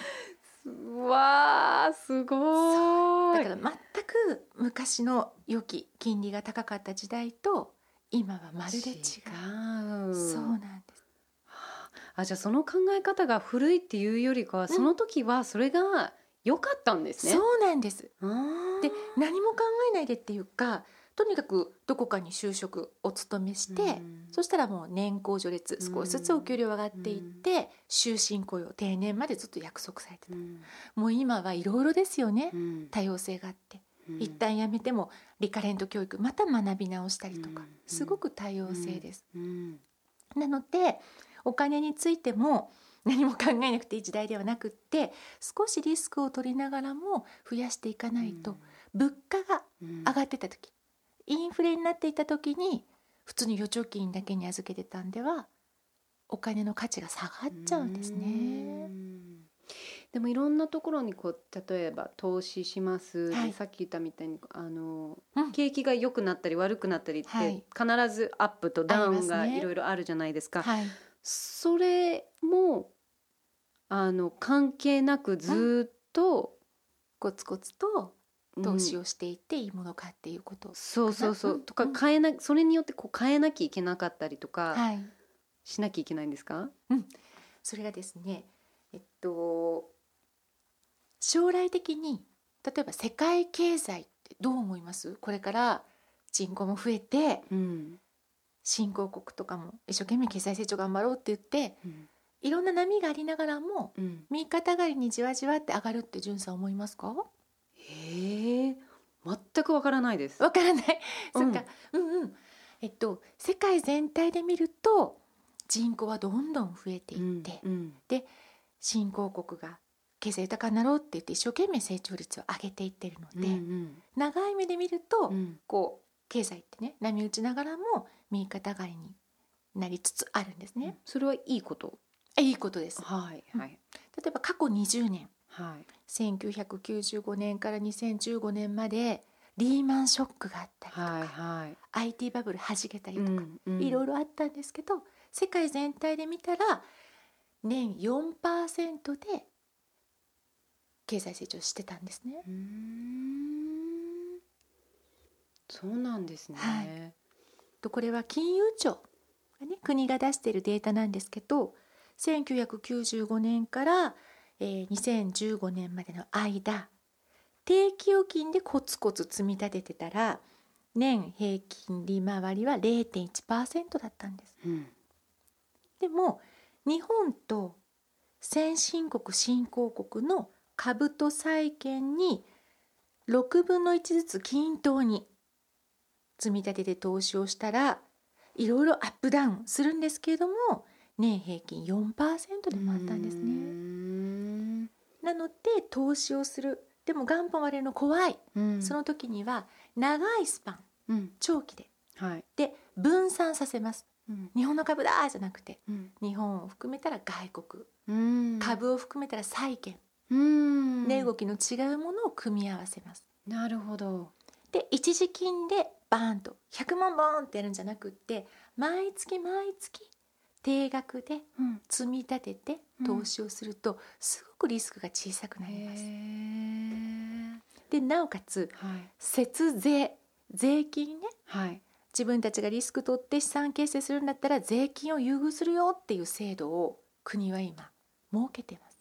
Speaker 1: うわーすごー
Speaker 3: だ
Speaker 1: い
Speaker 3: から全く昔の良き金利が高かった時代と今はまるで違う
Speaker 1: 違う
Speaker 3: そうなんです
Speaker 1: あじゃあその考え方が古いっていうよりかは、その時はそれが良かったんですね。
Speaker 3: そうなんです
Speaker 1: あー
Speaker 3: で何も考えないでっていうかとにかくどこかに就職お勤めして、
Speaker 1: うん
Speaker 3: そしたらもう年功序列少しずつお給料上がっていって終身雇用定年までずっと約束されてた
Speaker 1: うん
Speaker 3: もう今はいろいろですよね、
Speaker 1: うん
Speaker 3: 多様性があって、
Speaker 1: うん
Speaker 3: 一旦やめてもリカレント教育また学び直したりとか、
Speaker 1: うん
Speaker 3: すごく多様性です、
Speaker 1: うん
Speaker 3: なのでお金についても何も考えなくていい時代ではなくって少しリスクを取りながらも増やしていかないと、物価が
Speaker 1: うん
Speaker 3: 上がってた時、インフレになっていた時に普通に預貯金だけに預けてたんではお金の価値が下がっちゃうんですね。
Speaker 1: うんでもいろんなところにこう例えば投資します、で
Speaker 3: はい
Speaker 1: さっき言ったみたいにあの、
Speaker 3: うん
Speaker 1: 景気が良くなったり悪くなったりって、
Speaker 3: はい
Speaker 1: 必ずアップとダウン
Speaker 3: あ
Speaker 1: が
Speaker 3: りますね
Speaker 1: いろいろあるじゃないですか。
Speaker 3: はい、
Speaker 1: それもあの関係なくずっと、
Speaker 3: コツコツと
Speaker 1: うん
Speaker 3: 投資をしていっていいものかっていうこと、
Speaker 1: そうそうそううんとか
Speaker 3: うん
Speaker 1: 変えなそれによってこう変えなきゃいけなかったりとか
Speaker 3: はい
Speaker 1: しなきゃいけないんですか？
Speaker 3: それがですねえっと将来的に例えば世界経済ってどう思いますこれから人口も増えて
Speaker 1: うん。
Speaker 3: 新興国とかも一生懸命経済成長頑張ろうって言っていろんな波がありながらも
Speaker 1: うん。
Speaker 3: 右肩上がりにじわじわって上がるってんさん思いますか
Speaker 1: へえ。全くわからないです。
Speaker 3: わからないそっ
Speaker 1: う
Speaker 3: かうんうんえっと世界全体で見ると人口はどんどん増えていって、
Speaker 1: うん
Speaker 3: 新興国が経済豊かになろうって言って一生懸命成長率を上げていってる
Speaker 1: う
Speaker 3: の
Speaker 1: ん
Speaker 3: で、
Speaker 1: うん
Speaker 3: 長い目で見ると、
Speaker 1: うん
Speaker 3: こう経済ってね波打ちながらも右肩上がりになりつつあるんですね、
Speaker 1: それはいいこと。
Speaker 3: いいことです
Speaker 1: はいはい
Speaker 3: 例えば過去20年
Speaker 1: はい。
Speaker 3: 1995年から2015年までリーマンショックがあったりとか、
Speaker 1: はいはい
Speaker 3: IT バブル弾けたり
Speaker 1: う
Speaker 3: とか、
Speaker 1: んうん
Speaker 3: いろいろあったんですけど世界全体で見たら年4%で経済成長してたんですね。
Speaker 1: うーんそうなんですね、
Speaker 3: はいとこれは金融庁が、ね、国が出しているデータなんですけど1995年から、えー2015年までの間定期預金でコツコツ積み立ててたら年平均利回りは0.1%だったんです。
Speaker 1: うん
Speaker 3: でも日本と先進国新興国の株と債券に6分の1ずつ均等に積み立てで投資をしたらいろいろアップダウンするんですけれども年平均4%でもあったんです
Speaker 1: うー
Speaker 3: ね。
Speaker 1: ん
Speaker 3: なので投資をするでも元本割れるの怖い、
Speaker 1: うん
Speaker 3: その時には長いスパン
Speaker 1: うん
Speaker 3: 長期で
Speaker 1: はい
Speaker 3: で分散させます
Speaker 1: うん
Speaker 3: 日本の株だじゃなくて
Speaker 1: うん
Speaker 3: 日本を含めたら外国
Speaker 1: うん
Speaker 3: 株を含めたら債券、
Speaker 1: うん
Speaker 3: 値動きの違うものを組み合わせます
Speaker 1: なるほど
Speaker 3: で一時金でバーンと100万ボーンってやるんじゃなくって毎月毎月定額で
Speaker 1: うん
Speaker 3: 積み立てて投資をすると、すごくリスクが小さくなります
Speaker 1: へ
Speaker 3: でなおかつ
Speaker 1: ーはい
Speaker 3: 節税税金ね
Speaker 1: はい
Speaker 3: 自分たちがリスク取って資産形成するんだったら税金を優遇するよっていう制度を国は今設けてます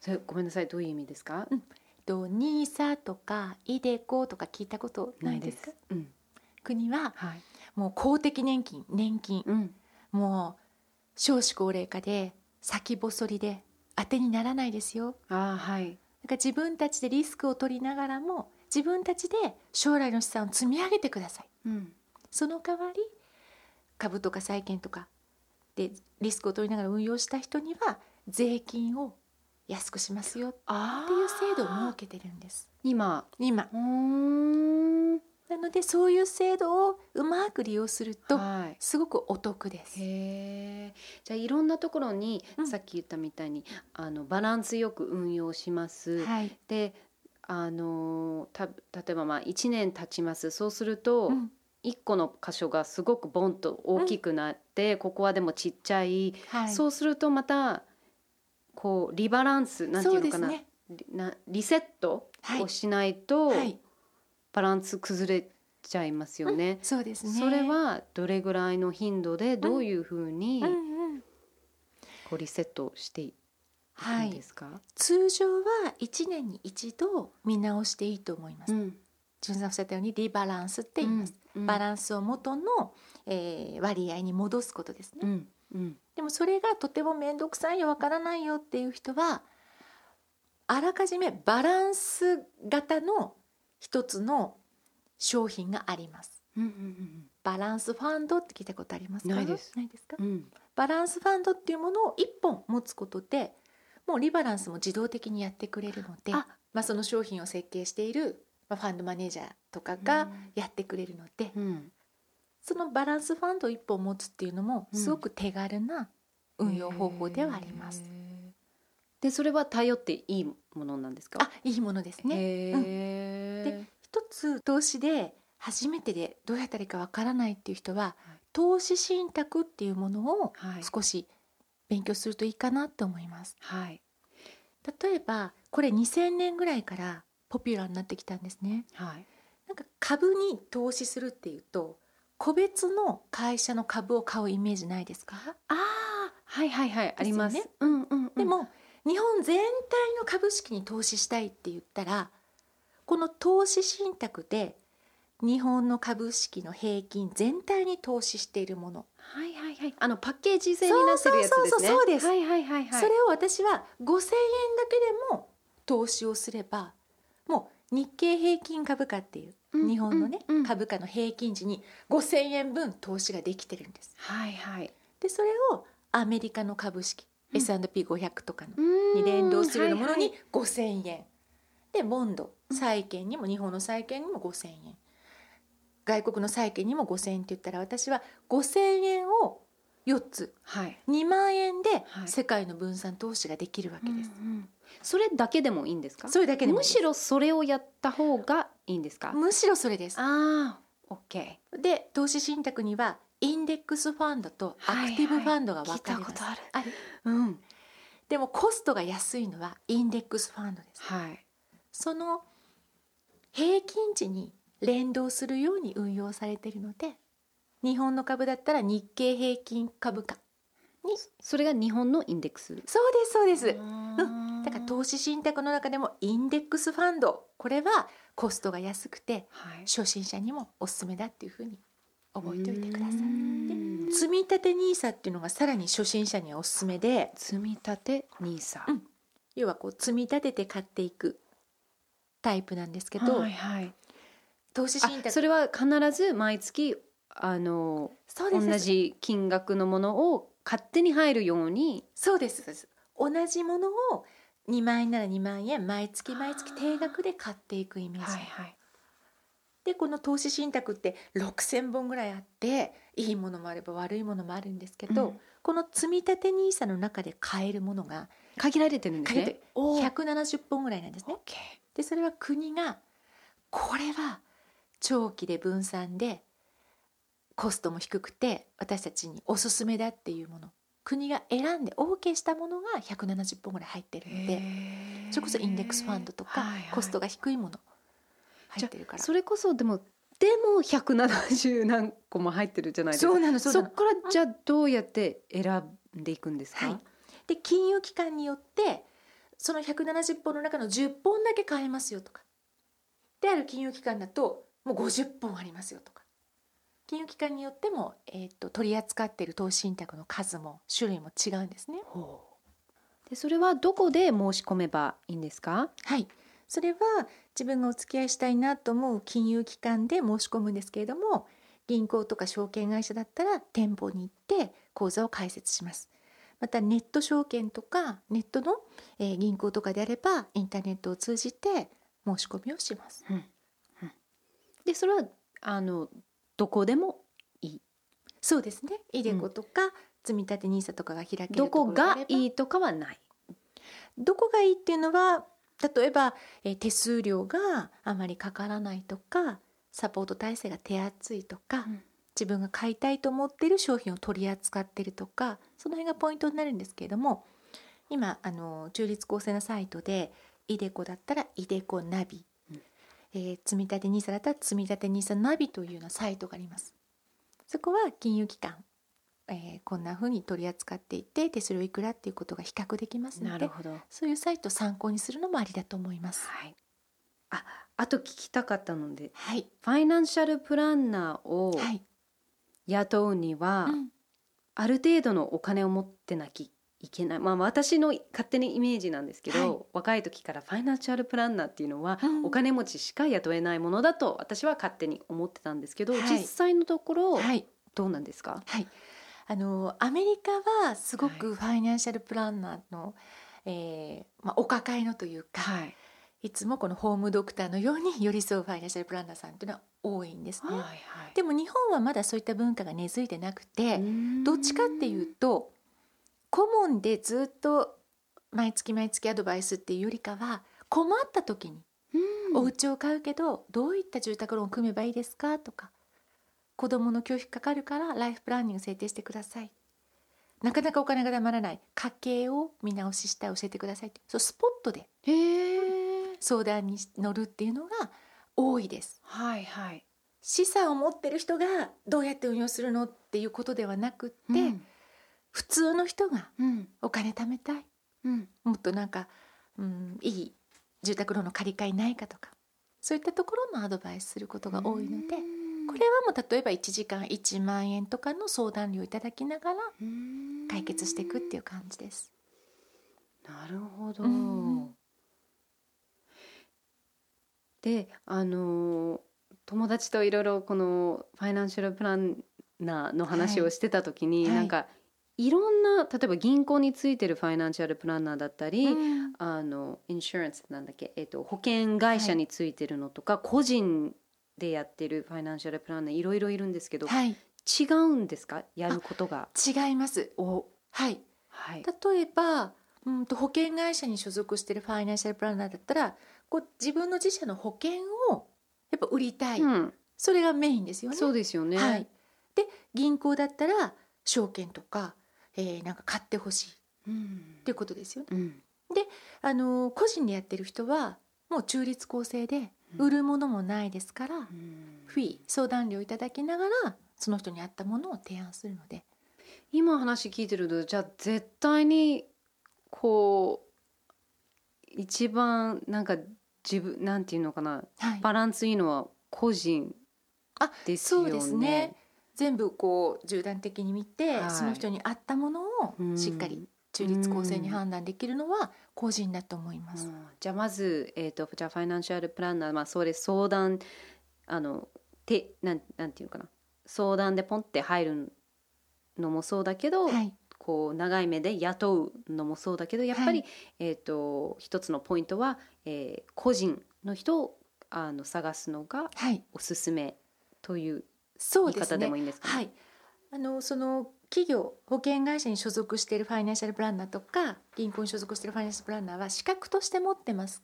Speaker 1: それごめんなさいどういう意味ですか
Speaker 3: とニーサとかイデコとか聞いたことないですか
Speaker 1: うん
Speaker 3: 国は
Speaker 1: はい
Speaker 3: もう公的年金年金
Speaker 1: うん
Speaker 3: もう少子高齢化で先細りで当てにならないですよ
Speaker 1: あーはい
Speaker 3: だから自分たちでリスクを取りながらも自分たちで将来の資産を積み上げてください
Speaker 1: うん
Speaker 3: その代わり株とか債券とかでリスクを取りながら運用した人には税金を安くしますよっ
Speaker 1: あ
Speaker 3: ていう制度を設けてるんです
Speaker 1: 今
Speaker 3: 今
Speaker 1: うーん
Speaker 3: なのでそういう制度をうまく利用すると
Speaker 1: はい
Speaker 3: すごくお得です。
Speaker 1: へえじゃあいろんなところに、
Speaker 3: うん
Speaker 1: さっき言ったみたいにあのバランスよく運用します、
Speaker 3: はい、
Speaker 1: であのた例えばまあ1年経ちますそうすると
Speaker 3: うん
Speaker 1: 1個の箇所がすごくボンと大きくなって、ここはでもちっちゃい、
Speaker 3: はい、
Speaker 1: そうするとまたこうリバランスなんてい
Speaker 3: そう
Speaker 1: うの
Speaker 3: で
Speaker 1: か
Speaker 3: す
Speaker 1: な
Speaker 3: ね。
Speaker 1: リなリセット
Speaker 3: はい
Speaker 1: をしないと
Speaker 3: はい、
Speaker 1: バランス崩れちゃいますよね。
Speaker 3: そうですね。
Speaker 1: それはどれぐらいの頻度でどういうふうに
Speaker 3: うんうん、
Speaker 1: こうリセットしてい
Speaker 3: は
Speaker 1: くん
Speaker 3: い
Speaker 1: で、すか、
Speaker 3: 通常は一年に一度見直していいと思います。
Speaker 1: ん、
Speaker 3: ジュンさんおっしゃったようにリバランスって言います。
Speaker 1: うん、
Speaker 3: バ
Speaker 1: ン
Speaker 3: ランスを元の、えー、割合に戻すことですね。
Speaker 1: うんうん
Speaker 3: でもそれがとても面倒くさいよわからないよっていう人はあらかじめバランス型の一つの商品があります。
Speaker 1: うんうん
Speaker 3: バランスファンドって聞いたことありますか
Speaker 1: ないです
Speaker 3: ないですか
Speaker 1: うんうん
Speaker 3: バランスファンドっていうものを一本持つことでもうリバランスも自動的にやってくれるので
Speaker 1: あ
Speaker 3: まあ、その商品を設計している、まあ、ファンドマネージャーとかがやってくれるので、
Speaker 1: うん
Speaker 3: そのバランスファンドを一本持つっていうのも
Speaker 1: うん
Speaker 3: すごく手軽な運用方法ではあります。
Speaker 1: へーでそれは頼っていいものなんですか
Speaker 3: あいいものですね。
Speaker 1: へー
Speaker 3: で一つ投資で初めてでどうやったらいいかわからないっていう人は、
Speaker 1: い
Speaker 3: 投資信託っていうものを
Speaker 1: はい
Speaker 3: 少し勉強するといいかなと思います。
Speaker 1: はい
Speaker 3: 例えばこれ2000年ぐらいからポピュラーになってきたんですね。
Speaker 1: はい
Speaker 3: なんか株に投資するっていうと個別の会社の株を買うイメージないですか？
Speaker 1: ああはいはいはいあります
Speaker 3: ですよ
Speaker 1: うんうん、うん、
Speaker 3: でも、日本全体の株式に投資したいって言ったらこの投資信託で日本の株式の平均全体に投資しているもの、
Speaker 1: はいはいはいあのパッケージ制になってるやつですね
Speaker 3: そうそうそうそうです
Speaker 1: はいはいはいはい
Speaker 3: それを私は5,000円だけでも投資をすればもう日経平均株価っていう
Speaker 1: うん
Speaker 3: 日本のね、
Speaker 1: うんうん
Speaker 3: 株価の平均時に5,000円分投資ができてるんです。
Speaker 1: はいはい
Speaker 3: でそれをアメリカの株式、
Speaker 1: うん
Speaker 3: S&P500 とかの
Speaker 1: に
Speaker 3: に連動するようなものに5,000円、でボンド債券にも日本の債券にも5,000円外国の債券にも5,000円って言ったら私は5,000円を4つ
Speaker 1: はい
Speaker 3: 2万円で
Speaker 1: はい
Speaker 3: 世界の分散投資ができるわけです、
Speaker 1: うんうんそれだけでもいいんですか
Speaker 3: それだけでもいい
Speaker 1: む
Speaker 3: です
Speaker 1: しろそれをやった方がいいんですか
Speaker 3: むしろそれです
Speaker 1: ああ OK
Speaker 3: で投資信託にはインデックスファンドとアクティブファンドが分かれます、
Speaker 1: はいはい聞いた
Speaker 3: ある
Speaker 1: うん
Speaker 3: でもコストが安いのはインデックスファンドです
Speaker 1: はい
Speaker 3: その平均値に連動するように運用されているので日本の株だったら日経平均株価
Speaker 1: それが日本のインデックスで
Speaker 3: そうですそうです
Speaker 1: ん
Speaker 3: だから投資信託の中でもインデックスファンドこれはコストが安くて
Speaker 1: はい
Speaker 3: 初心者にもおすすめだっていうふうに覚えておいてくださ
Speaker 1: うーん
Speaker 3: いで積み立て NISA っていうのがさらに初心者にはおすすめで
Speaker 1: 積み立て NISA
Speaker 3: うん要はこう積み立てて買っていくタイプなんですけど、
Speaker 1: はいはい
Speaker 3: 投資信
Speaker 1: あ
Speaker 3: 託
Speaker 1: それは必ず毎月あの
Speaker 3: そうです
Speaker 1: 同じ金額のものを勝手に入るように
Speaker 3: そうですそうです同じものを2万円なら2万円毎月毎月定額で買っていくイメージ、
Speaker 1: はい
Speaker 3: でこの投資信託って6,000本ぐらいあっていいものもあれば悪いものもあるんですけど、
Speaker 1: うん
Speaker 3: この積み立て NISA の中で買えるものが
Speaker 1: 限られてるんです
Speaker 3: 限られ
Speaker 1: ね
Speaker 3: て
Speaker 1: おー
Speaker 3: 170本ぐらいなんですね
Speaker 1: OK。
Speaker 3: でそれは国がこれは長期で分散でコストも低くて私たちにおすすめだっていうもの国が選んで OK したものが170本ぐらい入ってるので。それこそインデックスファンドとかコスト
Speaker 1: が
Speaker 3: が低いもの入ってるから。
Speaker 1: それこそでもでも170何個も入ってるじゃないですか
Speaker 3: うなの
Speaker 1: そこからじゃあどうやって選んでいくんですか、
Speaker 3: はい。で金融機関によってその170本の中の10本だけ買えますよとか。である金融機関だともう50本ありますよとか。金融機関によっても、えー、と取り扱っている投資信託の数も種類も違うんですね。
Speaker 1: でそれはどこで申し込めばいいんですか
Speaker 3: はい、それは自分がお付き合いしたいなと思う金融機関で申し込むんですけれども銀行とか証券会社だったら店舗に行って口座を開設しますまたネット証券とかネットの、えー銀行とかであればインターネットを通じて申し込みをします
Speaker 1: でそれはあのどこでも
Speaker 3: そうですねイデコとか、積み立て NISA とかが開ける
Speaker 1: どこ
Speaker 3: であ
Speaker 1: が
Speaker 3: れば
Speaker 1: いいとかはない
Speaker 3: どこがいいっていうのは例えば、えー手数料があまりかからないとかサポート体制が手厚いとか、
Speaker 1: うん
Speaker 3: 自分が買いたいと思っている商品を取り扱ってるとかその辺がポイントになるんですけれども今あの中立公正なサイトでイデコだったらイデコナビ、
Speaker 1: うん
Speaker 3: えー積み立て NISA だったら積み立て NISA ナビというようなサイトがあります。そこは金融機関、えーこんな風に取り扱っていて手数料いくらっていうことが比較できますので
Speaker 1: ほどは
Speaker 3: そういうサイトを参考にするのもありだと思います。
Speaker 1: いああと聞きたかったので
Speaker 3: はい、
Speaker 1: ファイナンシャルプランナーを
Speaker 3: はい、
Speaker 1: 雇うには、
Speaker 3: うん
Speaker 1: ある程度のお金を持ってなきゃいけない、まあ、私の勝手なイメージなんですけど、
Speaker 3: はい
Speaker 1: 若い時からファイナンシャルプランナーっていうのは、
Speaker 3: うん
Speaker 1: お金持ちしか雇えないものだと私は勝手に思ってたんですけど、
Speaker 3: はい
Speaker 1: 実際のところ、
Speaker 3: はい、
Speaker 1: どうなんですか
Speaker 3: はい、あのアメリカはすごくファイナンシャルプランナーの、えーまあお抱えのというか、
Speaker 1: い、
Speaker 3: い、つもこのホームドクターのように寄り添うファイナンシャルプランナーさんというのは多いんですね。でも日本はまだそういった文化が根付いてなくて、どっちかっていうと顧問でずっと毎月毎月アドバイスっていうよりかは困った時にお家を買うけどどういった住宅ローンを組めばいいですかとか子供の教育かかるからライフプランニング制定してくださいなかなかお金がたまらない家計を見直ししたい教えてくださいってそうスポットで
Speaker 1: へえ
Speaker 3: 相談に乗るっていうのが多いです
Speaker 1: はいはい
Speaker 3: 資産を持ってる人がどうやって運用するのっていうことではなくって、
Speaker 1: うん
Speaker 3: 普通の人が
Speaker 1: うん
Speaker 3: お金貯めたい
Speaker 1: うん
Speaker 3: もっとなんか、うん、いい住宅ローンの借り換えないかとかそういったところもアドバイスすることが多いのでこれはもう例えば1時間1万円とかの相談料をいただきながら解決していくっていう感じです。
Speaker 1: なるほど。
Speaker 3: うん
Speaker 1: であの友達といろいろこのファイナンシャルプランナーの話をしてた時に、
Speaker 3: はい
Speaker 1: なんかいろんな例えば銀行についてるファイナンシャルプランナーだったり、
Speaker 3: うん
Speaker 1: あのインシュランスなんだっけ、えっと保険会社についてるのとか、個人でやってるファイナンシャルプランナーいろいろいるんですけど、
Speaker 3: はい、
Speaker 1: 違うんですかやることが。
Speaker 3: 違います。
Speaker 1: お
Speaker 3: はい、
Speaker 1: はい、
Speaker 3: 例えばうんと保険会社に所属してるファイナンシャルプランナーだったらこう自分の自社の保険をやっぱ売りたい、
Speaker 1: うん、
Speaker 3: それがメインですよね。
Speaker 1: そうですよね。
Speaker 3: はい、で銀行だったら証券とか、えーなんか買ってほしいっ
Speaker 1: うん
Speaker 3: ていうことですよね。
Speaker 1: うん
Speaker 3: あのー個人でやってる人はもう中立公正で
Speaker 1: うん
Speaker 3: 売るものもないですから、
Speaker 1: うん
Speaker 3: フィー相談料いただきながらその人に合ったものを提案するので
Speaker 1: 今話聞いてるとじゃあ絶対にこう一番なんか自分なんていうのかな
Speaker 3: はい、
Speaker 1: バランスいいのは個人
Speaker 3: あ
Speaker 1: ですよ
Speaker 3: そう
Speaker 1: ね。
Speaker 3: ですね全部こう縦断的に見て、
Speaker 1: はい
Speaker 3: その人に合ったもの
Speaker 1: うん
Speaker 3: をしっかり中立公正に
Speaker 1: うん
Speaker 3: 判断できるのは個人だと思います。
Speaker 1: うんじゃあまず、えー、とじゃあファイナンシャルプランナー、まあ、それ相談あのてなんなんていうかな相談でポンって入るのもそうだけど、
Speaker 3: はい、
Speaker 1: こう長い目で雇うのもそうだけどやっぱり、
Speaker 3: は
Speaker 1: えー、と一つのポイントは、えー個人の人をあの探すのが
Speaker 3: はい、
Speaker 1: おすすめという
Speaker 3: そ
Speaker 1: 言
Speaker 3: う
Speaker 1: い
Speaker 3: です
Speaker 1: 方で
Speaker 3: ね
Speaker 1: もいいんですかね、
Speaker 3: はい、あのその企業保険会社に所属しているファイナンシャルプランナーとか銀行に所属しているファイナンシャルプランナーは資格として持ってます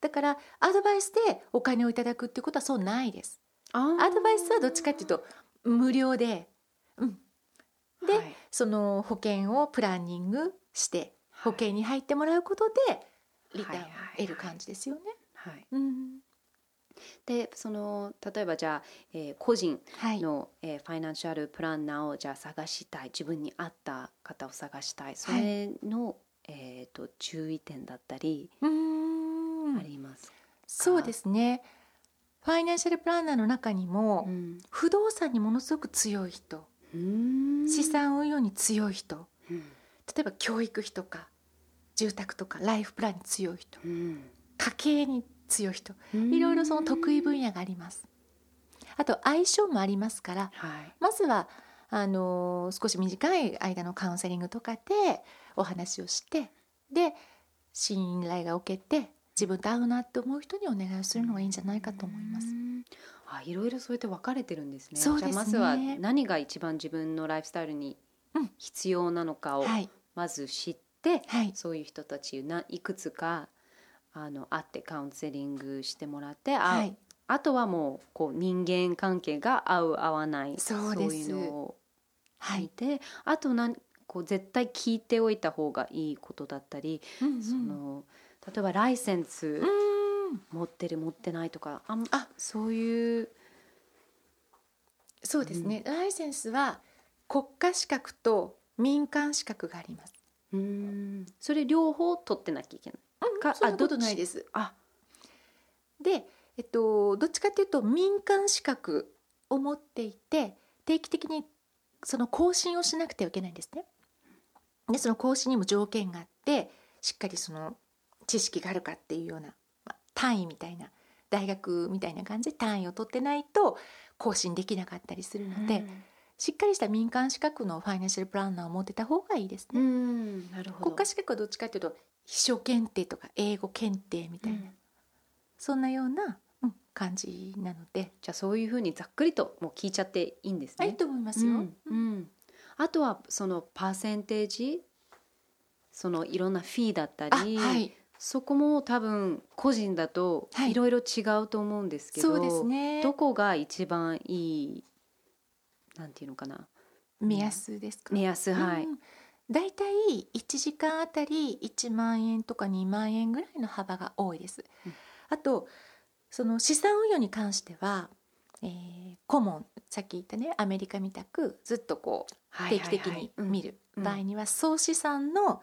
Speaker 3: だからアドバイスでお金をいただくっていうことはそうないですアドバイスはどっちかっていうと無料で、うん、
Speaker 1: と
Speaker 3: で
Speaker 1: はい
Speaker 3: その保険をプランニングして保険に入ってもらうことでリターンを得る感じですよね。
Speaker 1: はい、
Speaker 3: うん
Speaker 1: でその例えばじゃあ、えー個人
Speaker 3: はい、
Speaker 1: の、えーファイナンシャルプランナーをじゃあ探したい自分に合った方を探したいそれの、えー、と注意点だったり
Speaker 3: うん
Speaker 1: あります
Speaker 3: そうですねファイナンシャルプランナーの中にも、
Speaker 1: うん
Speaker 3: 不動産にものすごく強い人資産運用に強い人
Speaker 1: うん
Speaker 3: 例えば教育費とか住宅とかライフプランに強い人
Speaker 1: うん
Speaker 3: 家計に強い人
Speaker 1: うん
Speaker 3: いろいろその得意分野がありますあと相性もありますから
Speaker 1: はい
Speaker 3: まずはあのー少し短い間のカウンセリングとかでお話をしてで信頼が受けて自分と合うなって思う人にお願いをするのがいいんじゃないかと思います。
Speaker 1: うんあいろいろそうやって分かれてるんですね
Speaker 3: そうですね
Speaker 1: じゃあまずは何が一番自分のライフスタイルに
Speaker 3: うん
Speaker 1: 必要なのかを
Speaker 3: はい、
Speaker 1: まず知って、
Speaker 3: はい、
Speaker 1: そういう人たちないくつかあの会ってカウンセリングしてもらって、あ
Speaker 3: はい
Speaker 1: あとはもうこう人間関係が合う合わない
Speaker 3: そうです
Speaker 1: いうのを
Speaker 3: は
Speaker 1: 見
Speaker 3: い、
Speaker 1: て、あとなんこう絶対聞いておいた方がいいことだったり、
Speaker 3: うんうん
Speaker 1: その例えばライセンス
Speaker 3: うん
Speaker 1: 持ってる持ってないとかあん
Speaker 3: あ
Speaker 1: そういう
Speaker 3: そうですね、ライセンスは国家資格と民間資格があります。
Speaker 1: うーんそれ両方取ってなきゃいけない。か
Speaker 3: そんなこと
Speaker 1: あどっち
Speaker 3: ないです。
Speaker 1: あ
Speaker 3: で、えっとどっちかというと民間資格を持っていて定期的にその更新をしなくてはいけないんですね。で、その更新にも条件があって、しっかりその知識があるかっていうような、まあ単位みたいな大学みたいな感じで単位を取ってないと更新できなかったりするので、しっかりした民間資格のファイナンシャルプランナーを持ってた方がいいです
Speaker 1: う
Speaker 3: ね。
Speaker 1: んなるほど
Speaker 3: 国家資格はどっちかというと秘書検定とか英語検定みたいな、
Speaker 1: うん
Speaker 3: そんなような、うん感じなので、
Speaker 1: じゃあそういうふうにざっくりともう聞いちゃっていいんです
Speaker 3: あ
Speaker 1: ね。
Speaker 3: いいと思います
Speaker 1: う
Speaker 3: よ。
Speaker 1: んうんあとはそのパーセンテージそのいろんなフィーだった
Speaker 3: あ
Speaker 1: り、
Speaker 3: はい
Speaker 1: そこも多分個人だと
Speaker 3: はい
Speaker 1: いろいろ違うと思うんですけど、
Speaker 3: そうですね
Speaker 1: どこが一番いいなんていうのかな
Speaker 3: 目安ですか、
Speaker 1: 目安はい、
Speaker 3: うんだいたい1時間あたり1万円とか2万円ぐらいの幅が多いです、
Speaker 1: うん
Speaker 3: あとその資産運用に関しては、えー顧問さっき言ったねアメリカみたくずっとこう
Speaker 1: はい
Speaker 3: 定
Speaker 1: は
Speaker 3: 期
Speaker 1: いはい
Speaker 3: 的に見る
Speaker 1: うん
Speaker 3: 場合には総資産の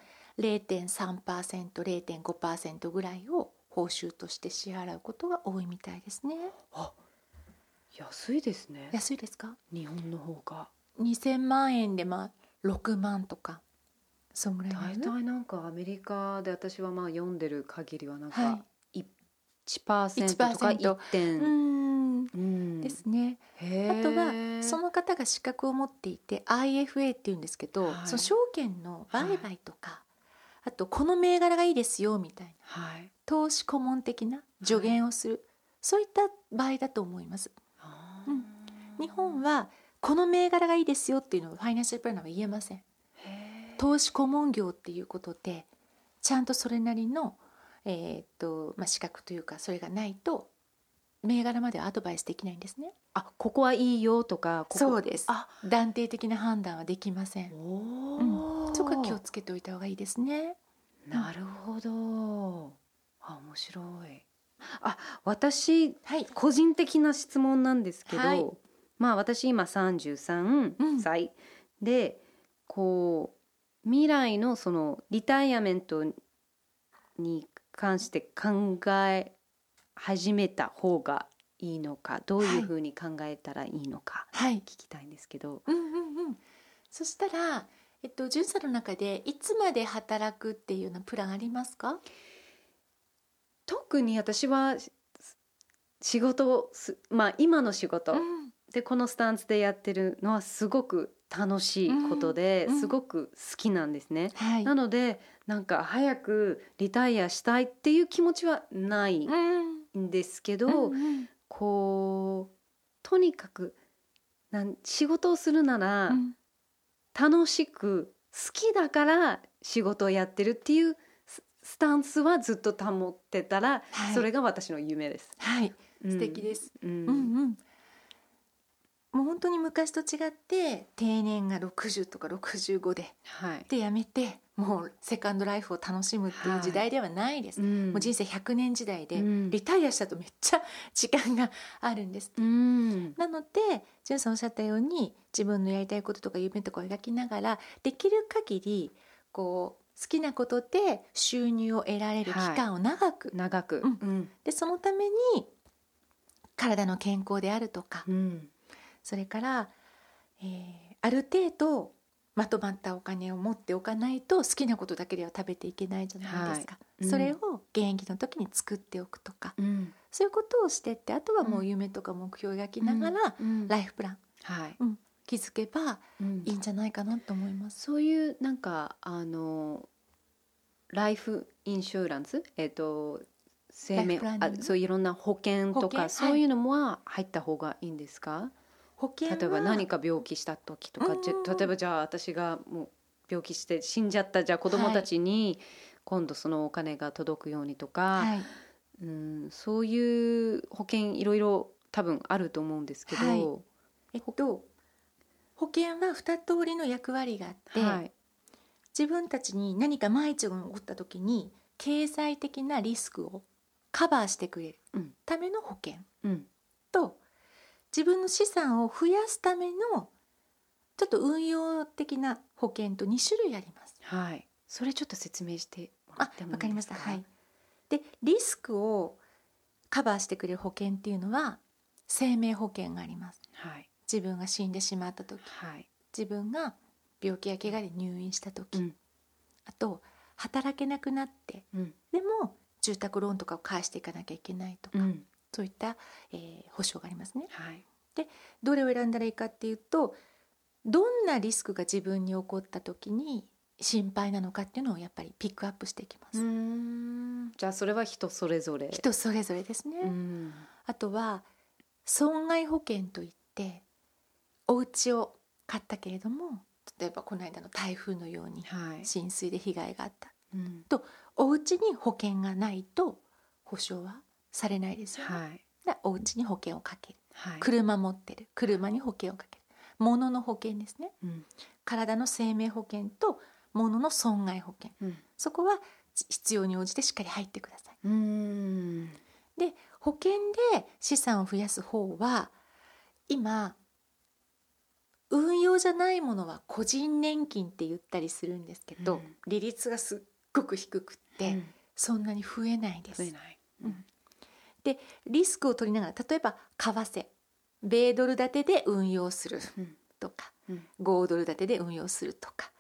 Speaker 3: 0.3%0.5% ぐらいを報酬として支払うことが多いみたいですね
Speaker 1: うん安いですね
Speaker 3: 安いですか
Speaker 1: 日本の方が
Speaker 3: 2000万円でまあ6万とかそんぐらい
Speaker 1: 大
Speaker 3: になる
Speaker 1: 体なんかアメリカで私はまあ読んでる限りはなん
Speaker 3: は
Speaker 1: か
Speaker 3: い
Speaker 1: 1%とか
Speaker 3: 1%
Speaker 1: 1点、
Speaker 3: うーん
Speaker 1: うん
Speaker 3: ですね
Speaker 1: へ
Speaker 3: あ
Speaker 1: ー
Speaker 3: とはその方が資格を持っていて IFA っていうんですけど、
Speaker 1: はい
Speaker 3: その証券の売買とか、あとこの銘柄がいいですよみたいな
Speaker 1: はい
Speaker 3: 投資顧問的な助言をする、そういった場合だと思います
Speaker 1: あ
Speaker 3: う
Speaker 1: ー
Speaker 3: ん日本はこの銘柄がいいですよっていうのをファイナンシャルプランナーは言えません
Speaker 1: へー
Speaker 3: 投資顧問業っていうことでちゃんとそれなりの、えーっとまあ、資格というかそれがないと銘柄まではアドバイスできないんですね。
Speaker 1: あここはいいよとかここ
Speaker 3: そうです
Speaker 1: あ
Speaker 3: 断定的な判断はできません。
Speaker 1: おー
Speaker 3: そこは気をつけておいた方がいいですね。
Speaker 1: なるほどあ面白いあ私
Speaker 3: はい。
Speaker 1: 個人的な質問なんですけど、
Speaker 3: はい
Speaker 1: まあ私今33歳、でこう未来のそのリタイアメントに関して考え始めた方がいいのかどういうふうに考えたらいいのか
Speaker 3: はい。
Speaker 1: 聞きたいんですけど、
Speaker 3: うんうんうん。そしたら、えっと、じゅんさんの中でいつまで働くっていうようなプランありますか？
Speaker 1: 特に私はし仕事をすまあ今の仕事、
Speaker 3: うん
Speaker 1: でこのスタンスでやってるのはすごく楽しいことで、
Speaker 3: うんうん
Speaker 1: すごく好きなんですね。
Speaker 3: はい。
Speaker 1: なのでなんか早くリタイアしたいっていう気持ちはない
Speaker 3: うん。
Speaker 1: んですけど、
Speaker 3: うんうん
Speaker 1: こうとにかくなん仕事をするなら
Speaker 3: うん
Speaker 1: 楽しく好きだから仕事をやってるっていうススタンスはずっと保ってたら、
Speaker 3: はい
Speaker 1: それが私の夢です。
Speaker 3: はい。
Speaker 1: うん
Speaker 3: 素敵です。
Speaker 1: うん
Speaker 3: うんうん、もう本当に昔と違って定年が60とか65で
Speaker 1: はい。
Speaker 3: で辞めてもうセカンドライフを楽しむっていう時代ではないです、
Speaker 1: も
Speaker 3: もう人生100年時代で、
Speaker 1: うん
Speaker 3: リタイアしたとめっちゃ時間があるんです。
Speaker 1: うん
Speaker 3: なのでジュンさんおっしゃったように自分のやりたいこととか夢とかを描きながらできる限りこう好きなことで収入を得られる期間を長く、
Speaker 1: 長く、
Speaker 3: うん
Speaker 1: うん
Speaker 3: でそのために体の健康であるとか
Speaker 1: うん
Speaker 3: それから、えーある程度まとまったお金を持っておかないと好きなことだけでは食べていけないじゃないですか、
Speaker 1: はいうん
Speaker 3: それを現役の時に作っておくとか、
Speaker 1: うん、
Speaker 3: そういうことをしてってあとはも
Speaker 1: う
Speaker 3: うん夢とか目標を描きながら、
Speaker 1: うん
Speaker 3: ライフプラン
Speaker 1: はい、
Speaker 3: 気づけば
Speaker 1: うん
Speaker 3: いいんじゃないかなと思います。
Speaker 1: そういうなんかあのライフインシュランスえっ、と生
Speaker 3: ライ
Speaker 1: 命
Speaker 3: フプランニン
Speaker 1: あ
Speaker 3: グ
Speaker 1: そういろんな保険と
Speaker 3: 保険
Speaker 1: か
Speaker 3: はい
Speaker 1: そういうのは入った方がいいんですか、
Speaker 3: 保険は
Speaker 1: 例えば何か病気した時とか、
Speaker 3: うん
Speaker 1: じゃ例えばじゃあ私がもう病気して死んじゃったじゃあ子供たちに今度そのお金が届くようにとか、
Speaker 3: はい
Speaker 1: うん、そういう保険いろいろ多分あると思うんですけど、
Speaker 3: はいえっと保険は2通りの役割があって、
Speaker 1: はい
Speaker 3: 自分たちに何か万一が起こった時に経済的なリスクをカバーしてくれる
Speaker 1: うん
Speaker 3: ための保険
Speaker 1: うん
Speaker 3: と自分の資産を増やすためのちょっと運用的な保険と2種類あります。
Speaker 1: はい、それちょっと説明してもら
Speaker 3: あ
Speaker 1: って、もい
Speaker 3: わ
Speaker 1: い
Speaker 3: かりま
Speaker 1: で
Speaker 3: し
Speaker 1: す
Speaker 3: た。はい。で、リスクをカバーしてくれる保険っていうのは生命保険があります。
Speaker 1: はい
Speaker 3: 自分が死んでしまった時、
Speaker 1: はい
Speaker 3: 自分が病気や怪我で入院した時、
Speaker 1: うん
Speaker 3: あと働けなくなって
Speaker 1: うん
Speaker 3: でも住宅ローンとかを返していかなきゃいけないとか、
Speaker 1: うん
Speaker 3: そういった、えー保証がありますね。
Speaker 1: はい
Speaker 3: どれを選んだらいいかっていうとどんなリスクが自分に起こった時に心配なのかっていうのをやっぱりピックアップしていきます。
Speaker 1: うんじゃあそれは人それぞれ
Speaker 3: 人それぞれですね、
Speaker 1: うん
Speaker 3: あとは損害保険といってお家を買ったけれども例えばこの間の台風のように
Speaker 1: はい
Speaker 3: 浸水で被害があった
Speaker 1: うん
Speaker 3: お家に保険がないと保証はされないですよね、
Speaker 1: はい
Speaker 3: だからお家に保険をかける
Speaker 1: はい
Speaker 3: 車持ってる車に保険をかける物の保険ですね
Speaker 1: うん
Speaker 3: 体の生命保険と物の損害保険
Speaker 1: うん
Speaker 3: そこは必要に応じてしっかり入ってください
Speaker 1: うん
Speaker 3: で保険で資産を増やす方は今運用じゃないものは個人年金って言ったりするんですけど、
Speaker 1: うん
Speaker 3: 利率がすっごく低くって、
Speaker 1: うん
Speaker 3: そんなに増えないです
Speaker 1: 増えない
Speaker 3: リスクを取りながら例えば為替米ドル建てで運用する
Speaker 1: うん
Speaker 3: とか、
Speaker 1: うん
Speaker 3: 5ドル建てで運用するとか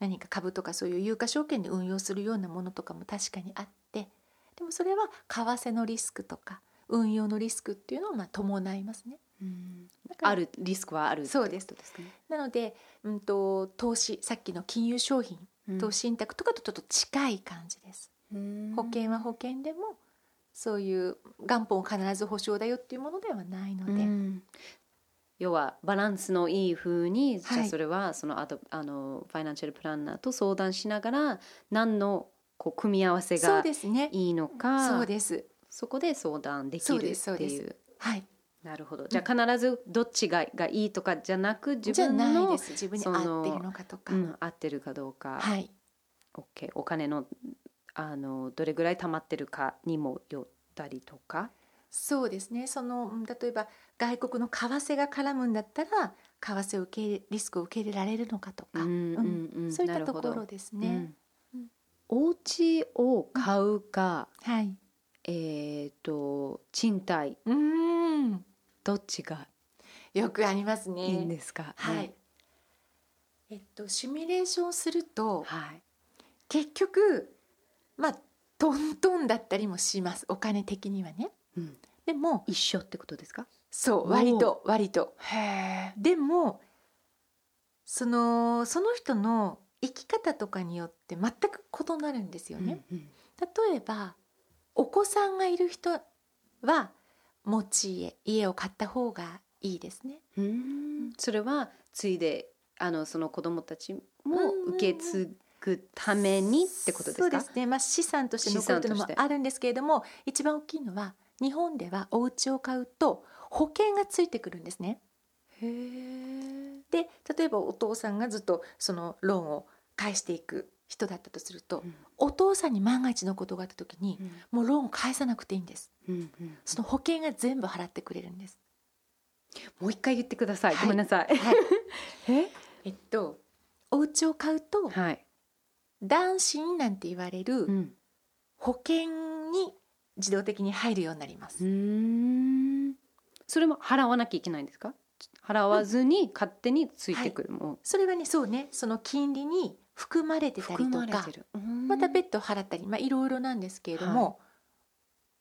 Speaker 3: 何か株とかそういう有価証券で運用するようなものとかも確かにあってでもそれは為替のリスクとか運用のリスクっていうのをまあ伴いますね。
Speaker 1: うん
Speaker 3: だから
Speaker 1: あるリスクはある
Speaker 3: そうです
Speaker 1: ってことですかね
Speaker 3: なので、うん、と投資さっきの金融商品
Speaker 1: うん
Speaker 3: 投資信託とかとちょっと近い感じです。
Speaker 1: うん
Speaker 3: 保険は保険でもそういう元本を必ず保証だよっていうものではないので、
Speaker 1: うん要はバランスのいい風に、
Speaker 3: はい
Speaker 1: じゃあそれはそのあとあのファイナンシャルプランナーと相談しながら何のこう組み合わせ
Speaker 3: そう
Speaker 1: が
Speaker 3: ですね
Speaker 1: いいのか
Speaker 3: そうです
Speaker 1: そこで相談でき
Speaker 3: そう
Speaker 1: る
Speaker 3: です
Speaker 1: ってい
Speaker 3: そう
Speaker 1: う
Speaker 3: はい
Speaker 1: なるほどじゃあ必ずどっちががいいとかじゃなく自
Speaker 3: じゃ
Speaker 1: 分
Speaker 3: ない
Speaker 1: の
Speaker 3: です自分に合
Speaker 1: その
Speaker 3: ってるのかとか、
Speaker 1: うん、合ってるかどうか、
Speaker 3: はい、
Speaker 1: OK お金のあのどれぐらい貯まってるかにもよったりとか。
Speaker 3: そうですねそのうん例えば外国の為替が絡むんだったら為替を受け入れリスクを受け入れられるのかとか、
Speaker 1: うんうん
Speaker 3: そういったとこ
Speaker 1: なるほ
Speaker 3: ろ
Speaker 1: ど
Speaker 3: ですね。
Speaker 1: うん
Speaker 3: うん
Speaker 1: お家を買うか、
Speaker 3: はい、
Speaker 1: えっ、と賃貸
Speaker 3: うん
Speaker 1: どっちが
Speaker 3: よくありますね。
Speaker 1: いいんですか、
Speaker 3: はい、
Speaker 1: ね
Speaker 3: えっとシミュレーションすると
Speaker 1: はい
Speaker 3: 結局まあトントンだったりもしますお金的にはね。
Speaker 1: うん
Speaker 3: でも
Speaker 1: 一緒ってことですか
Speaker 3: そう
Speaker 1: おー
Speaker 3: 割と割と。
Speaker 1: へ
Speaker 3: でもそのその人の生き方とかによって全く異なるんですよね。例えばお子さんがいる人は持ち家家を買った方がいいですね。
Speaker 1: それはついであのその子供たちも受け継ぐためにってことですか、
Speaker 3: そうですね、まあ、資産として
Speaker 1: 資
Speaker 3: 残る
Speaker 1: 産
Speaker 3: と
Speaker 1: と
Speaker 3: い
Speaker 1: して
Speaker 3: うのもあるんですけれども一番大きいのは日本ではお家を買うと保険がついてくるんですね。で例えばお父さんがずっとそのローンを返していく人だったとすると、
Speaker 1: うん
Speaker 3: お父さんに万が一のことがあった時に、もうローンを返さなくていいんです
Speaker 1: うんうん
Speaker 3: その保険が全部払ってくれるんです。
Speaker 1: もう一回言ってください、
Speaker 3: はい
Speaker 1: ごめんなさい
Speaker 3: はい、
Speaker 1: え
Speaker 3: えっとお家を買うと
Speaker 1: はい、
Speaker 3: 男子なんて言われ
Speaker 1: う
Speaker 3: る
Speaker 1: ん
Speaker 3: 保険に自動的に入るようになります
Speaker 1: うー。んそれも払わなきゃいけないんですか払わずに勝手についてくるもん、
Speaker 3: それはねそうねその金利に含まれてたりとか
Speaker 1: るま
Speaker 3: また別途払ったりまあいろいろなんですけれども、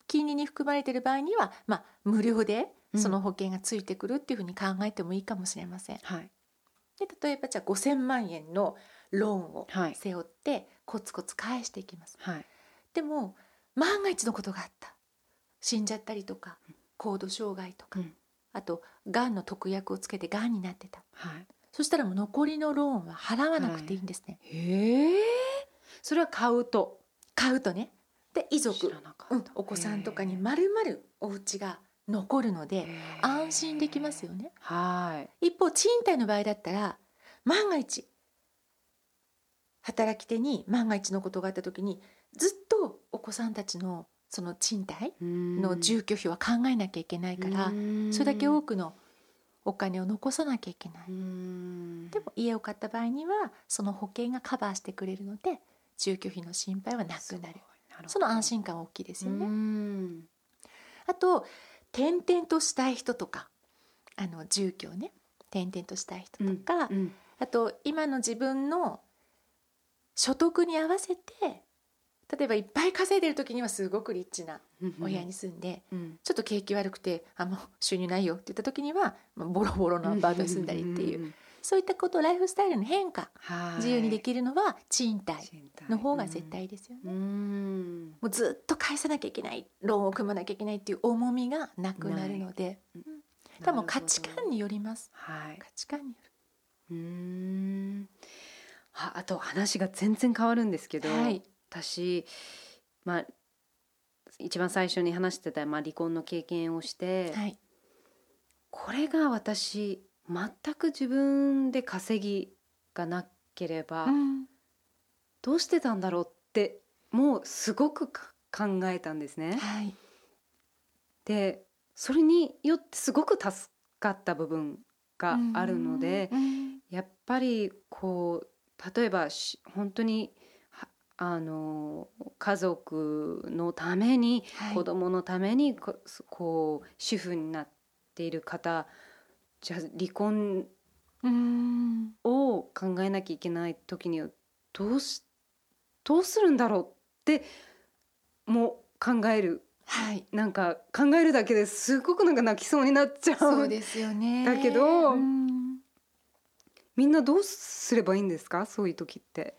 Speaker 3: 金利に含まれてる場合には、まあ、無料で
Speaker 1: うん
Speaker 3: その保険がついてくるっていうふうに考えてもいいかもしれません。
Speaker 1: はい
Speaker 3: で例えばじゃあ5,000万円のローンを
Speaker 1: はい
Speaker 3: 背負ってコツコツ返していきます。
Speaker 1: はい
Speaker 3: でも万が一のことがあった死んじゃったりとか高度障害とか、
Speaker 1: うん
Speaker 3: あとがんの特約をつけてがんになってた
Speaker 1: はい
Speaker 3: そしたらもう残りのローンは払わなくていいんですね、
Speaker 1: へえそれは買うと
Speaker 3: 買うとねで遺
Speaker 1: 知
Speaker 3: 族
Speaker 1: ら、なかった、
Speaker 3: うん、お子さんとかにまるまるお家が残るの
Speaker 1: へ
Speaker 3: で
Speaker 1: え
Speaker 3: 安心できますよね
Speaker 1: はい
Speaker 3: 一方賃貸の場合だったら万が一働き手に万が一のことがあった時にずっとお子さんたちのその賃貸の
Speaker 1: の
Speaker 3: 住居費は考えなきゃいけないから、それだけ多くのお金を残さなきゃいけない、でも家を買った場合にはその保険がカバーしてくれるので住居費の心配はなくなるその安心感は大きいですよね、
Speaker 1: ね
Speaker 3: あと転々としたい人とかあの住居をね転々としたい人とか、
Speaker 1: うん
Speaker 3: あと今の自分の所得に合わせて例えばいっぱい稼いでる時にはすごくリッチな親に住んで、
Speaker 1: うん
Speaker 3: ちょっと景気悪くてあもう収入ないよって言った時には、まあ、ボロボロのアパートに住んだりっていう、
Speaker 1: ん
Speaker 3: そういったことライフスタイルの変化
Speaker 1: はい
Speaker 3: 自由にできるのは賃貸
Speaker 1: 賃貸
Speaker 3: の方が絶対ですよね、
Speaker 1: うん
Speaker 3: もうずっと返さなきゃいけないローンを組まなきゃいけないっていう重みがなくなるので多分価値観によります
Speaker 1: はい
Speaker 3: 価値観によ
Speaker 1: うーんああと話が全然変わるんですけど、
Speaker 3: るはい
Speaker 1: 私、まあ、一番最初に話してた、まあ、離婚の経験をして、
Speaker 3: はい
Speaker 1: これが私全く自分で稼ぎがなければ、
Speaker 3: うん
Speaker 1: どうしてたんだろうってもうすごくか考えたんですね。
Speaker 3: はい
Speaker 1: でそれによってすごく助かった部分があるので、
Speaker 3: うん
Speaker 1: やっぱりこう例えばし本当にはあの家族のために、
Speaker 3: はい
Speaker 1: 子供のためにここう主婦になっている方じゃあ離婚
Speaker 3: うん
Speaker 1: を考えなきゃいけない時にはどうしどうするんだろうってもう考える
Speaker 3: はい
Speaker 1: なんか考えるだけですごくなんか泣きそうになっちゃ
Speaker 3: そう
Speaker 1: う
Speaker 3: ですよね
Speaker 1: だけど
Speaker 3: うん
Speaker 1: みんなどうすればいいんですかそういう時って。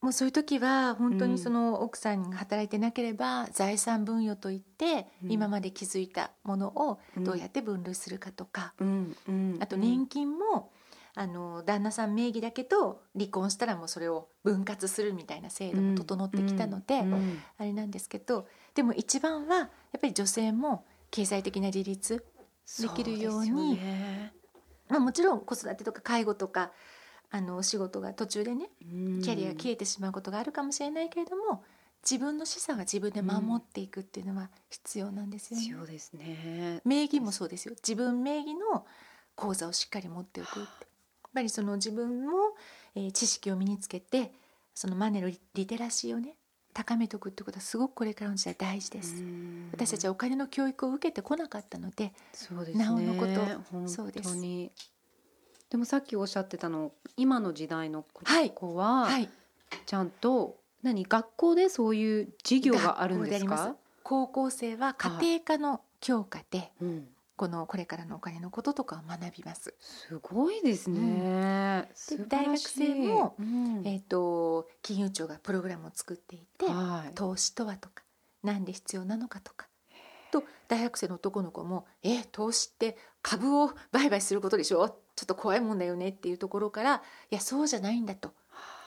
Speaker 3: もうそういう時は本当にその奥さんが働いてなければ財産分与といって
Speaker 1: うん
Speaker 3: 今まで築いたものをどうや
Speaker 1: っ
Speaker 3: って分類するかとか
Speaker 1: うんうん、
Speaker 3: あと年金もあの旦那さん名義だけと離婚したらもうそれを分割するみたいな制度も整ってきたので、
Speaker 1: うんうん
Speaker 3: あれなんですけどでも一番はやっぱり女性も経済的な自立、できるように
Speaker 1: そですね
Speaker 3: まあ、もちろん子育てとか介護とかあのお仕事が途中でね
Speaker 1: うん
Speaker 3: キャリアが消えてしまうことがあるかもしれないけれども自分の資産は自分で守っていくっていうのは必要なんですよね。
Speaker 1: 必要ですね。
Speaker 3: 名義もそうですよ自分名義の口座をしっかり持っておくってやっぱりその自分も、えー知識を身につけてそのマネーのリリテラシーをね高めておくってことはすごくこれからの時代大事です、
Speaker 1: うん
Speaker 3: 私たちはお金の教育を受けてこなかったので
Speaker 1: そうですね。
Speaker 3: なおのこと
Speaker 1: 本
Speaker 3: そうです
Speaker 1: 当に。でもさっきおっしゃってたの今の時代の子
Speaker 3: はい
Speaker 1: 子は、
Speaker 3: はい
Speaker 1: ちゃんと何学校でそういう授業があるんです
Speaker 3: 学校あり
Speaker 1: か
Speaker 3: ま？高校生は家庭科の教科で
Speaker 1: うん、
Speaker 3: このこれからのお金のこととかを学びます、
Speaker 1: すごいですね。素晴らしい
Speaker 3: 大学生も、
Speaker 1: うん
Speaker 3: えっ、と金融庁がプログラムを作っていて、
Speaker 1: はい、
Speaker 3: 投資とはとかなんで必要なのかとかと大学生の男の子も「え投資って株を売買することでしょちょっと怖いもんだよね」っていうところから「いやそうじゃないんだ」と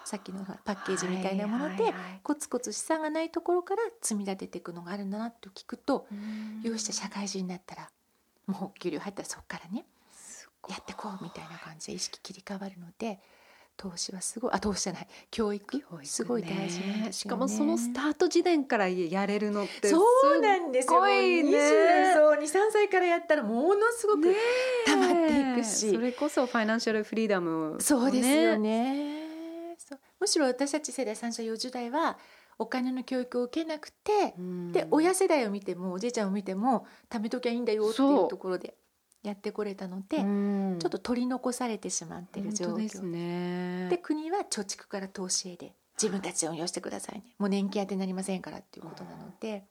Speaker 3: さっきのほらパッケージみたいなもので、
Speaker 1: はいはいはい
Speaker 3: コツコツ資産がないところから積み立てていくのがあるんだなと聞くと、よして社会人になったらもう給料入ったらそこからね
Speaker 1: すごい
Speaker 3: やってこうみたいな感じで意識切り替わるので投資はすごいあ投資じゃない教育
Speaker 1: 教育ね
Speaker 3: すごい大事なんですよね。
Speaker 1: しかもそのスタート時点からやれるのって
Speaker 3: そうなんですよ。
Speaker 1: すっごいね
Speaker 3: そう二三歳からやったらものすごく、
Speaker 1: ね
Speaker 3: 溜まっていくし
Speaker 1: それこそファイナンシャルフリーダムをね、
Speaker 3: そうですよね。そうむしろ私たち世代三者四十代はお金の教育を受けなくて
Speaker 1: う、ん。
Speaker 3: で親世代を見てもおじいちゃんを見ても貯めときゃいいんだよってい
Speaker 1: そうう
Speaker 3: ところでやってこれたので、
Speaker 1: うん
Speaker 3: ちょっと取り残されてしまっている状
Speaker 1: 本当です
Speaker 3: 況。
Speaker 1: ね。
Speaker 3: で国は貯蓄から投資へで自分たちで運用してくださいねもう年金当てになりませんからっていうことなので、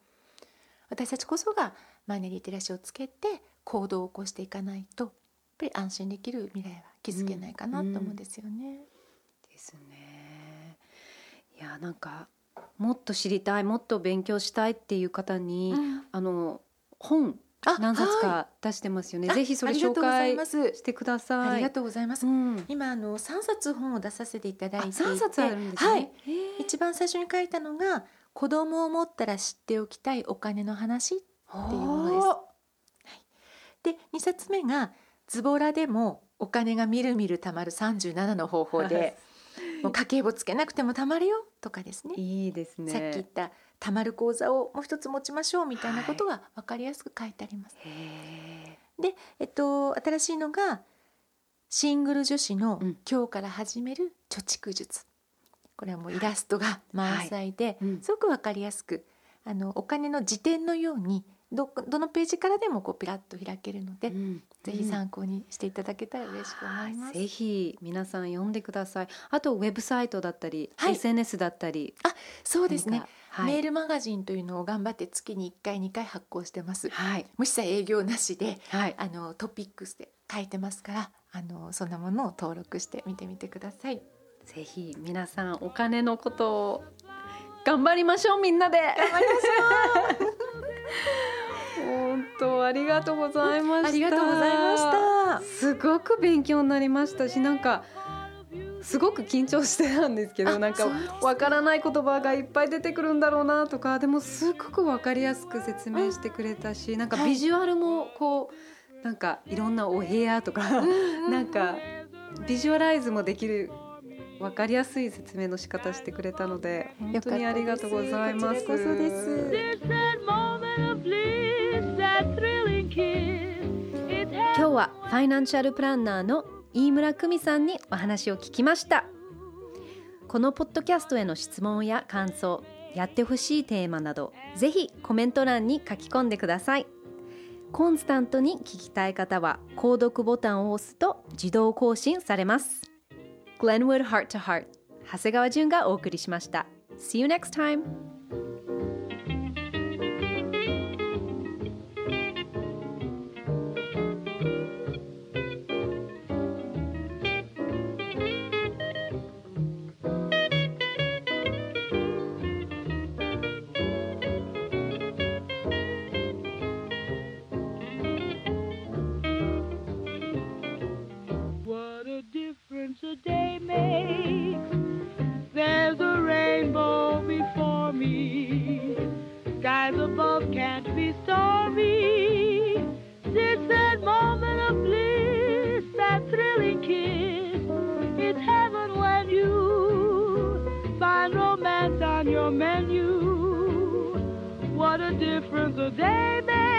Speaker 3: 私たちこそがマネーリテラシーをつけて行動を起こしていかないとやっぱり安心できる未来は築けないかなと思うんですよね。
Speaker 1: ですね。いやなんかもっと知りたいもっと勉強したいっていう方に、
Speaker 3: うん
Speaker 1: あの本
Speaker 3: あ
Speaker 1: 何冊
Speaker 3: は
Speaker 1: か出してますよね。
Speaker 3: い
Speaker 1: ぜひそ
Speaker 3: あ
Speaker 1: れ
Speaker 3: ありが
Speaker 1: 紹
Speaker 3: とうござい
Speaker 1: 介
Speaker 3: ます
Speaker 1: してください。
Speaker 3: ありがとうございます。
Speaker 1: うん。
Speaker 3: 今あの三冊本を出させていただいてい
Speaker 1: あ
Speaker 3: て、
Speaker 1: 三冊あるんですね。
Speaker 3: はい、
Speaker 1: へえ
Speaker 3: 一番最初に書いたのが子供を持ったら知っておきたいお金の話っていうものです。で2冊目が「ズボラでもお金がみるみる貯まる37の方法でもう家計簿つけなくても貯まるよ」とかですね
Speaker 1: いいですね。
Speaker 3: さっき言った「貯まる口座をもう一つ持ちましょう」みたいなことが分かりやすく書いてあります。
Speaker 1: へ
Speaker 3: で、えっと、新しいのがシングル女子の
Speaker 1: うん
Speaker 3: 今日から始める貯蓄術、これはもうイラストが満載で、
Speaker 1: いうん
Speaker 3: すごくわかりやすくあのお金の辞典のようにどどのページからでもこうピラッと開けるので、
Speaker 1: え。うん
Speaker 3: ぜひ参考にしていただけたら嬉しく思います。
Speaker 1: ぜひ皆さん読んでください。あとウェブサイトだったり、
Speaker 3: はい
Speaker 1: SNS だったり、
Speaker 3: そうですね
Speaker 1: 何か、。はい、
Speaker 3: メールマガジンというのを頑張って月に1回2回発行してます。
Speaker 1: はい
Speaker 3: もしさ営業なしで
Speaker 1: はい。
Speaker 3: あのトピックスで書いてますからあのそんなものを登録して見てみてください。
Speaker 1: ぜひ皆さんお金のことを頑張りましょうみんなで。頑張りましょう。本当ありがとうございました。
Speaker 3: ありがとうございました。
Speaker 1: すごく勉強になりましたしなんかすごく緊張してたんですけ
Speaker 3: あ
Speaker 1: どなんか
Speaker 3: そうですね
Speaker 1: わからない言葉がいっぱい出てくるんだろうなとかでもすごくわかりやすく説明してくれたしなんか
Speaker 3: はい
Speaker 1: ビジュアルもこうなんかいろんなお部屋とかなんかビジュアライズもできる。わかりやすい説明の仕方してくれたので本当にありがとうございます。
Speaker 3: よかったですこちらこそです
Speaker 2: There's that moment of bliss, that thrilling kiss. It's heaven.
Speaker 1: 今日はファイナンシャルプランナーの飯村久美さんにお話を聞きましたこのポッドキャストへの質問や感想やってほしいテーマなどぜひコメント欄に書き込んでくださいコンスタントに聞きたい方は購読ボタンを押すと自動更新されます Glenwood Heart to Heart 長谷川純がお送りしました See you next time
Speaker 2: What a difference your menu. What a difference a day makes.